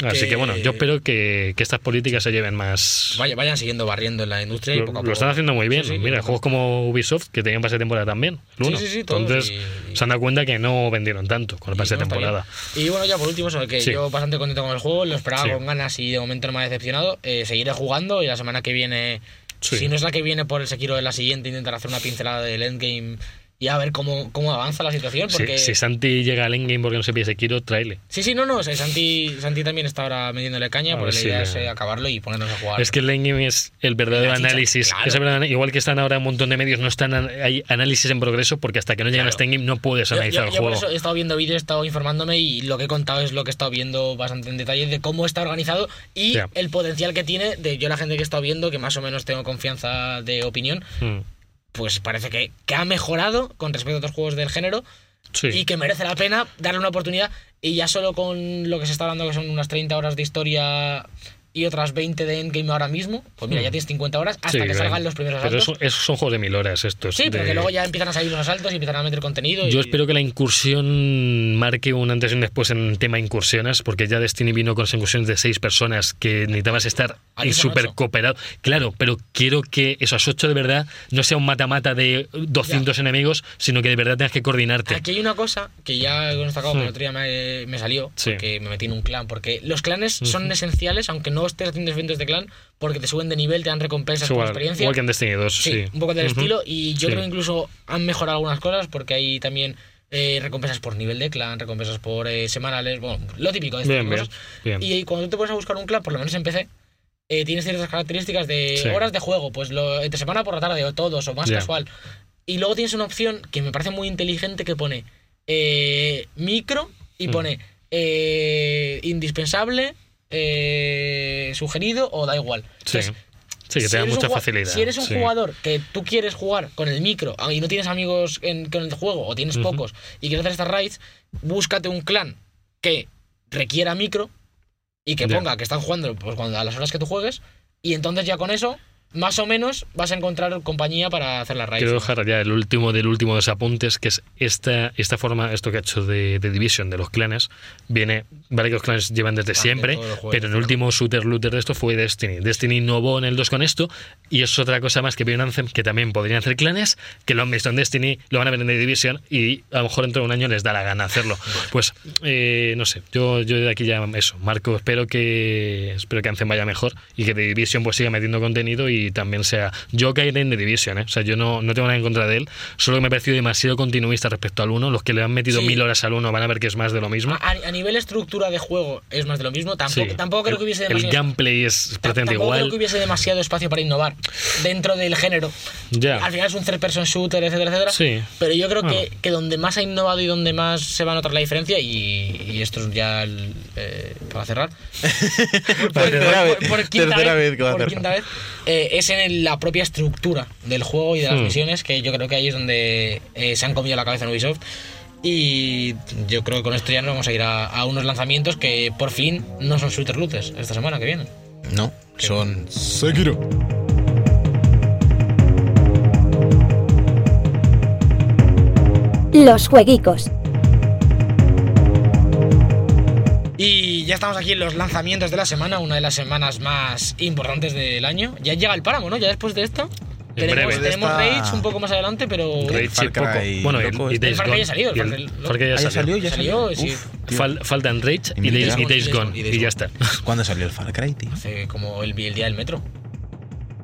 Así que, Que- bueno, yo espero que, que estas políticas se lleven más. Vaya, vayan siguiendo barriendo en la industria. y Lo, poco a lo poco- están haciendo muy bien. Sí, sí, Mira, poco a juegos como Ubisoft, que tenían base de temporada también. el Sí, uno. sí, sí, todos, Entonces, y- se han dado cuenta que no vendieron tanto con el Y pase de no, está temporada. bien. Y bueno, ya por último, eso, que Sí. yo bastante contento con el juego, lo esperaba Sí. con ganas y de momento no me ha decepcionado. Eh, seguiré jugando y la semana que viene, Sí. si no es la que viene por el Sekiro de la siguiente, intentar hacer una pincelada del endgame y a ver cómo, cómo avanza la situación. Si- Porque... Si, Santi llega al endgame porque no se pide Kiro, tráele. Sí, sí, no, no, o sea, Santi, Santi también está ahora metiéndole caña, A ver porque la si idea le- es eh, acabarlo y ponernos a jugar. Es que el endgame es el verdadero La chicha, análisis. claro. Es el verdadero- igual que están ahora un montón de medios, no están an- hay análisis en progreso porque hasta que no llegan Claro. a este endgame no puedes Yo- analizar yo- el yo por juego. eso he estado viendo vídeos, he estado informándome y lo que he contado es lo que he estado viendo bastante en detalle de cómo está organizado y Ya. el potencial que tiene de yo la gente que he estado viendo, que más o menos tengo confianza de opinión, Mm, pues parece que, que ha mejorado con respecto a otros juegos del género sí. y que merece la pena darle una oportunidad y ya solo con lo que se está hablando que son unas 30 horas de historia y otras 20 de endgame ahora mismo, pues mira, Mm. ya tienes 50 horas hasta Sí, que claro. salgan los primeros Pero asaltos. eso- esos son juegos de mil horas estos. Sí, pero de- que luego ya empiezan a salir los asaltos y empiezan a meter contenido. Yo y- espero que la incursión marque un antes y un después en el tema incursiones, porque ya Destiny vino con las incursiones de seis personas que necesitabas estar Aquí y son súper ocho. cooperado. Claro, pero quiero que esos ocho de verdad no sea un mata-mata de 200 enemigos, sino que de verdad tengas que coordinarte. Aquí hay una cosa que ya con esto acabo, pero Hmm. el otro día me, me salió, Sí. porque me metí en un clan, porque los clanes son esenciales, aunque no estés haciendo eventos de clan, porque te suben de nivel, te dan recompensas Es por igual, experiencia. igual que en Destiny 2. Sí, sí, un poco del Ujú. estilo, y yo Sí. creo que incluso han mejorado algunas cosas, porque hay también eh, recompensas por nivel de clan, recompensas por eh, semanales, bueno, lo típico de estas Bien, bien, cosas. bien. Y cuando tú te pones a buscar un clan, por lo menos en PC, eh, tienes ciertas características de Sí. horas de juego, pues lo, entre semana por la tarde o todos o más Ya. casual. Y luego tienes una opción que me parece muy inteligente que pone eh, micro y Hmm. pone eh, indispensable, eh, sugerido o da igual. Sí. Entonces, Sí, que si te da eres un mucha jugua- facilidad. Si eres un sí. jugador que tú quieres jugar con el micro ah, y no tienes amigos en, con el juego o tienes Ujú. pocos y quieres hacer estas raids, búscate un clan que requiera micro y que Ya. ponga que están jugando pues, cuando, a las horas que tú juegues y entonces ya con eso más o menos vas a encontrar compañía para hacer la raíz. Quiero dejar ya el último del último de los apuntes, que es esta, esta forma, esto que ha hecho de, de Division, de los clanes, viene, vale que los clanes llevan desde También siempre, Ah, todos los juegos, pero el último shooter looter de esto fue Destiny. Destiny innovó en el 2 con esto, y es otra cosa más que vio en Anthem, que también podrían hacer clanes, que lo han visto en Destiny, lo van a ver en The Division, y a lo mejor dentro de un año les da la gana hacerlo. Pues, eh, no sé, yo, yo de aquí ya eso, Marco, espero que espero que Anthem vaya mejor y que The Division pues siga metiendo contenido y también sea... Yo caeré en The Division, ¿eh? o sea, yo no, no tengo nada en contra de él, solo que me ha parecido demasiado continuista respecto al 1, los que le han metido Sí. mil horas al 1 van a ver que es más de lo mismo. A, a nivel estructura de juego es más de lo mismo. Tampoco, Sí. tampoco creo El- que hubiese El demasiado, gameplay es ta- prácticamente tampoco creo igual. que hubiese demasiado espacio para innovar dentro del género. Ya. Al final es un third person shooter, etcétera, etcétera. Sí. Pero yo creo Bueno. que, que donde más ha innovado y donde más se va a notar la diferencia, y, y esto es ya el, eh, para cerrar, Por tercera por- vez- por quinta tercera vez- vez que va a por hacer. quinta vez, eh, es en el- la propia estructura del juego y de las Hmm. misiones, que yo creo que ahí es donde eh, se han comido la cabeza en Ubisoft. Y yo creo que con esto ya nos vamos a ir a, a unos lanzamientos que por fin no son shooter looters esta semana que viene. No, son Sekiro. Los jueguicos. Y ya estamos aquí en los lanzamientos de la semana, una de las semanas más importantes del año. Ya llega el páramo, ¿no? Ya después de esta. En tenemos breve. tenemos Esta- Rage un poco más adelante, pero. Rage Far y poco. Cry Bueno, el, loco y este. Days El Far Cry ya Gone, salió, el y Far Cry loco. Far Cry ya Ah, ya salió. salió, ya Salió, salió. sí. Uf, tío. Fal- faltan Rage y, Y Days, Days y Days Gone, y Days Gone, Gone, y y Days ya Gone. está. ¿Cuándo salió el Far Cry, tío? Hace como el, el día del metro.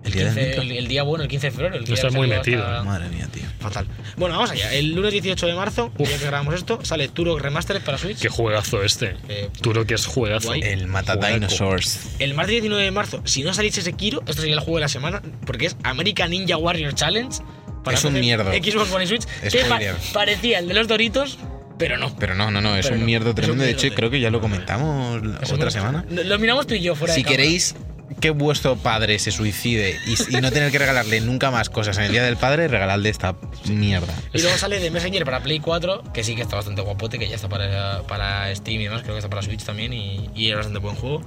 El día del 15, metro. el, el día bueno, el 15 de febrero. El No día estás que muy salió metido, eh. hasta- Madre mía, tío. Fatal. Bueno, vamos allá. El lunes 18 de marzo, el día que grabamos esto, sale Turok Remastered para Switch. Qué juegazo este. Eh, Turo que es juegazo. guay. El Mata Juegaco. Dinosaurs. El martes 19 de marzo, si no salís ese Kiro, esto sería el juego de la semana, porque es American Ninja Warrior Challenge. Es un PC, mierdo. Xbox One y Switch. Es que muy pa- mierda. parecía el de los Doritos, pero no. Pero no, no, no, es Pero un no, es mierdo un tremendo. De hecho, mierdote. creo que ya lo comentamos la Eso otra me- semana. Lo, lo miramos tú y yo fuera Si de cámara. queréis que vuestro padre se suicide y, y no tener que regalarle nunca más cosas en el día del padre, regaladle esta mierda. Y luego sale de Messenger para Play 4, que sí que está bastante guapote, que ya está para, para Steam y demás, creo que está para Switch también y, y es bastante buen juego.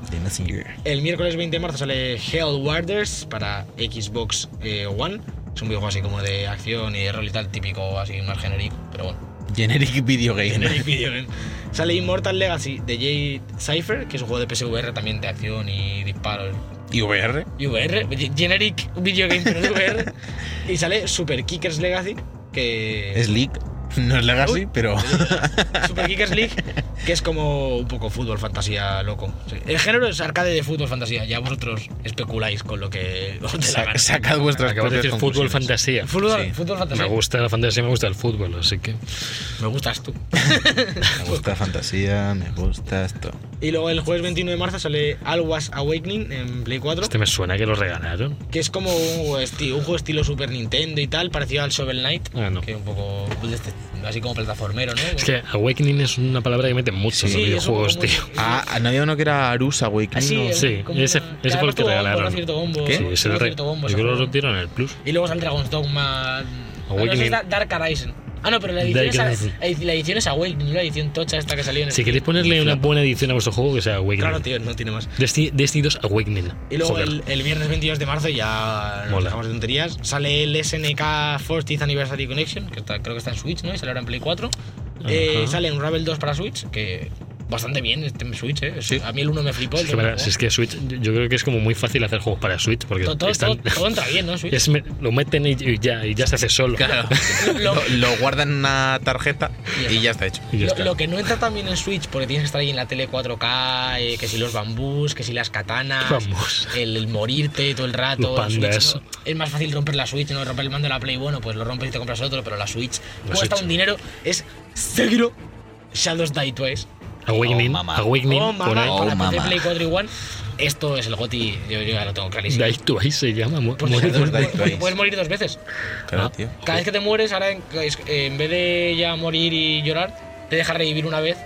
El miércoles 20 de marzo sale Hell Warders para Xbox eh, One. Es un videojuego así como de acción y de rol y tal, típico, así más genérico, pero bueno. Generic video game. generic video game. Sale Immortal Legacy de Jade Cypher, que es un juego de PSVR también de acción y disparos. ¿Y VR? Y VR, ge- generic video game, pero es VR. y sale Super Kickers Legacy, que Es League. No es Legacy, Uy. pero. Super Kickers League, que es como un poco fútbol fantasía loco. Sí. El género es arcade de fútbol fantasía, ya vosotros especuláis con lo que os dé la sa- gana. sacad vuestras Acabas de propias decir fútbol conclusiones. fantasía. Fútbol, Sí. fútbol fantasía. Me gusta la fantasía, me gusta el fútbol, así que. Me gustas tú. Me gusta fantasía, me gusta esto. y luego el jueves 21 de marzo sale Alwas Awakening en Play 4. Este me suena que lo regalaron. que es como un, esti- un juego estilo Super Nintendo y tal, parecido al Shovel Knight, Ah, no. que es un poco de este- así como plataformero, ¿no? Es que Awakening es una palabra que meten mucho en los Sí, es un videojuegos, poco muy- tío. Ah, no había uno que era Arusa, güey. Ah, sí, es Sí, como ese- una- ese fue el que tuvo bombo, regalaron. no cierto bombo, Sí, no ese lo re- cierto bombo, Yo creo que seguro. lo tiraron en el Plus. Y luego está el Dragon's Dogma. Ah, no, ese es Awakening. Da- Dark Horizon. Ah, no, pero la edición, Dark es, a- Horizon. edi- la edición es Awakening, la edición tocha esta que salió en el. Si queréis ponerle una buena edición a vuestro juego, que sea Awakening. Claro, tío, no tiene más. Destiny, Destiny 2 Awakening. Y luego Joder. el, el viernes 22 de marzo ya nos Mola. dejamos de tonterías. Sale el SNK 40th Anniversary Connection, que está- creo que está en Switch, ¿no? Y sale ahora en Play 4. Eh, Ajá. sale un Ravel 2 para Switch, que bastante bien este en Switch, ¿eh? A mí el 1 me flipó. El Es que, dos me para- si flipó. es que Switch, yo- yo creo que es como muy fácil hacer juegos para Switch, porque todo, todo- están. todo- todo entra bien, ¿no? Switch. es me- lo meten y, y ya, y ya se hace solo. Claro. Lo- lo, lo guardan en una tarjeta y ya está hecho. Y ya Lo, está. lo que no entra también en Switch, porque tienes que estar ahí en la tele 4K, eh, que si los bambús, que si las katanas, Vamos. El, el morirte todo el rato. Los en Switch, pandas. ¿no? Es más fácil romper la Switch, ¿no? Romper el mando de la Play, bueno, pues lo rompes y te compras otro, pero la Switch La cuesta Switch. un dinero. Es Sekiro Shadows Die Twice. Awakening, Oh, mamá. Awakening, Oh, por mamá, ahí. Oh, para PC, mamá. Play 4 y One. Esto es el GOTI, yo, yo ya lo tengo clarísimo. Die Twice se llama. mu- Pues muere puedes- dos Die puedes- Twice. puedes morir dos veces. Claro, Ah. tío. Cada vez que te mueres, ahora en, es- en vez de ya morir y llorar, te deja revivir una vez.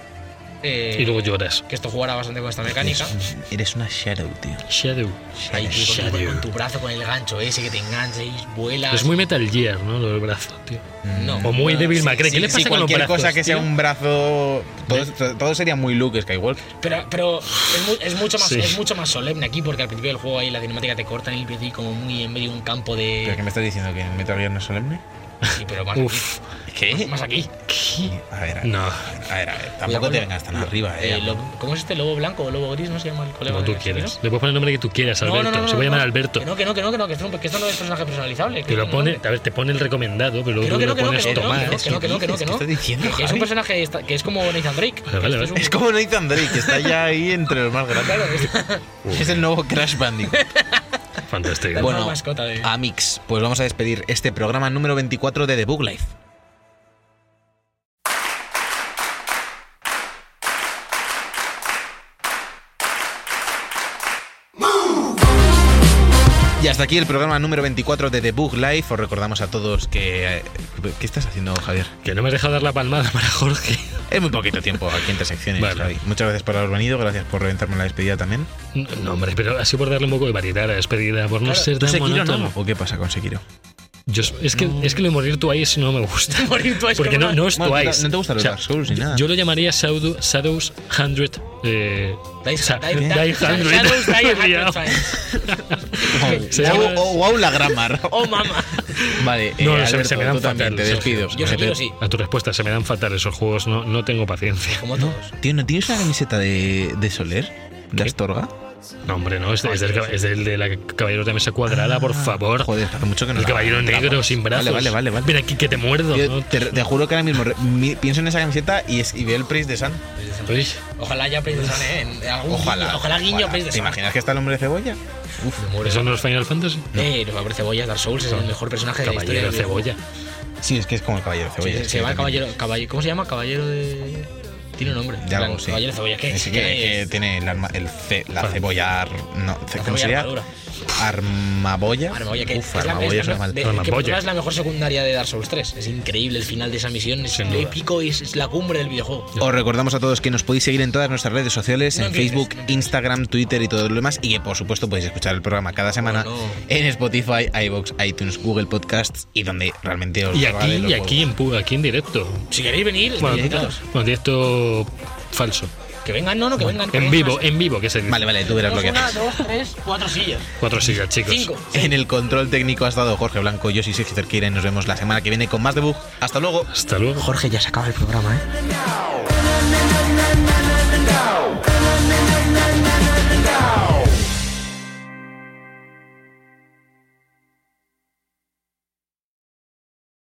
eh, Y luego lloras. que esto jugara bastante con esta mecánica. Eres, eres una shadow, tío. Shadow. Ahí tú con, tu, Shadow. con tu brazo, con el gancho ese que te engancha y vuelas. Es muy Metal Gear, ¿no? Lo del brazo, tío. No. o muy Devil May Cry. ¿Qué le pasa si con los cualquier brazos, cosa que sea tío? un brazo. Todo, todo sería muy Luke Skywalker. Pero, pero es, mu- es mucho más, Sí. es mucho más solemne aquí porque al principio del juego ahí la cinemática te cortan el pie como muy en medio de un campo ¿Pero qué de. me estás diciendo? ¿Que Metal Gear no es solemne? Sí, pero más Uf. aquí. ¿Qué? Más aquí. A ver, a ver. No. A ver, a ver. Cuidado Tampoco con te lo- vengas tan lo- arriba, eh. eh, lo- ¿Cómo es este lobo blanco o lobo gris? No se llama el colega. Como tú de- quieras. Le puedes poner el nombre que tú quieras, No, no, Alberto. no, no, Se puede no, llamar no. Alberto. Que no, que no, que no, que no, que esto, que esto no es personaje personalizable. Que lo pone, a ver, te pone el recomendado, pero Que luego no, tú que le no, que no, pones que no, Tomás. que no, que no, que no, ¿Qué que no. estás diciendo, Que es un Javi? personaje esta- que es como Nathan Drake. Vale, vale, Esto es vale. Es un- como Nathan Drake, que está ya ahí entre los más grandes. Claro, es- Es el nuevo Crash Bandicoot. Fantástico. Bueno, nueva mascota de- Amix, pues vamos a despedir este programa número 24 de The Book Life. Y hasta aquí el programa número 24 de The Book Life. Os recordamos a todos que... eh, ¿Qué estás haciendo, Javier? Que no me has dejado dar la palmada para Jorge. Es muy poquito tiempo aquí entre secciones, Vale. Javi. Muchas gracias por haber venido, gracias por reventarme la despedida también. No, hombre, pero ha sido por darle un poco de variedad a la despedida, por no Claro, ser ¿Tú tan Sekiro monótono. no? ¿O qué pasa con Sekiro? Yo, es, que, es que lo de morir tú ahí sí no me gusta. Morir Twice Porque como no, no una- es Bueno, Twice. no te gustan los Dark Souls ni nada. Yo lo llamaría Shadow- Shadows 100. Eh, Die- Sa- die- Die die- 100. Shadows die a hundred times. Se llama- Wow, wow, la grammar. Oh, mamá. Vale, eh, No, se- Alberto, se me dan tú también fatal, te Sergio. despido. Yo Ojete. Sekiro sí. A tu respuesta, se me dan fatal esos juegos, no, no tengo paciencia. Como todos. Tío, ¿no tienes una camiseta de, de Soler? ¿De Astorga? No, hombre, no, es, es del, cab- es del de la Caballeros de Mesa Cuadrada, por favor. Ah, Joder, hace mucho que no El la- caballero la- negro sin brazos. Vale, vale, vale. Ven vale. aquí que te muerdo. Tío, ¿no? te, te juro que ahora mismo re- mi- pienso en esa camiseta y, es, y veo el Praise de San. Uy, Ojalá haya Prince Sun, ¿eh? En algún Ojalá. guiño- Ojalá guiño Prince ¿Te Sun. imaginas que está el hombre de cebolla? Uf. Me muero. ¿Eso no es Final Fantasy? Eh, no me parece Cebollas, Dark Souls es el mejor personaje de la historia. Caballero del videojuego. cebolla. Sí, es que es como el caballero de Sí, cebolla. sí, se llama caballero, caballero. ¿Cómo se llama? Caballero de. Tiene un nombre. Ya En plan, lo sé. Caballero de cebolla. ¿Qué? Es que, ¿Qué que tiene el arma- el ce- la Fan. cebolla. ar- no, ce- ¿Cómo La cebolla sería? armadura. Armaboya. Armaboya, que Uf, es la- armaboya es suena la, mal. de- Armaboya. que por nada es la mejor secundaria de Dark Souls 3. Es increíble el final de esa misión, es Sin duda. épico y es, es la cumbre del videojuego. Os recordamos a todos que nos podéis seguir en todas nuestras redes sociales, No en empieces, Facebook, no empieces. Instagram, Twitter y todo lo demás. Y que por supuesto podéis escuchar el programa cada semana no. en Spotify, iVoox, iTunes, Google Podcasts y donde realmente os Y aquí, regale los y aquí, juegos. en, pu- aquí en directo. Si queréis venir, Bueno, invitados. bueno, directo falso. que vengan, no, no, que vengan. que En vengan vivo, más. en vivo, que se dice. Vale, vale, tú verás lo que Tenemos haces. Una, dos, tres, cuatro sillas. Cuatro sillas, chicos. Cinco. En el control técnico ha estado Jorge Blanco, yo soy Sergio Cerqueira y nos vemos la semana que viene con más debug. Hasta luego. Hasta luego. Jorge, ya se acaba el programa, ¿eh? no, no, no, no, no, no.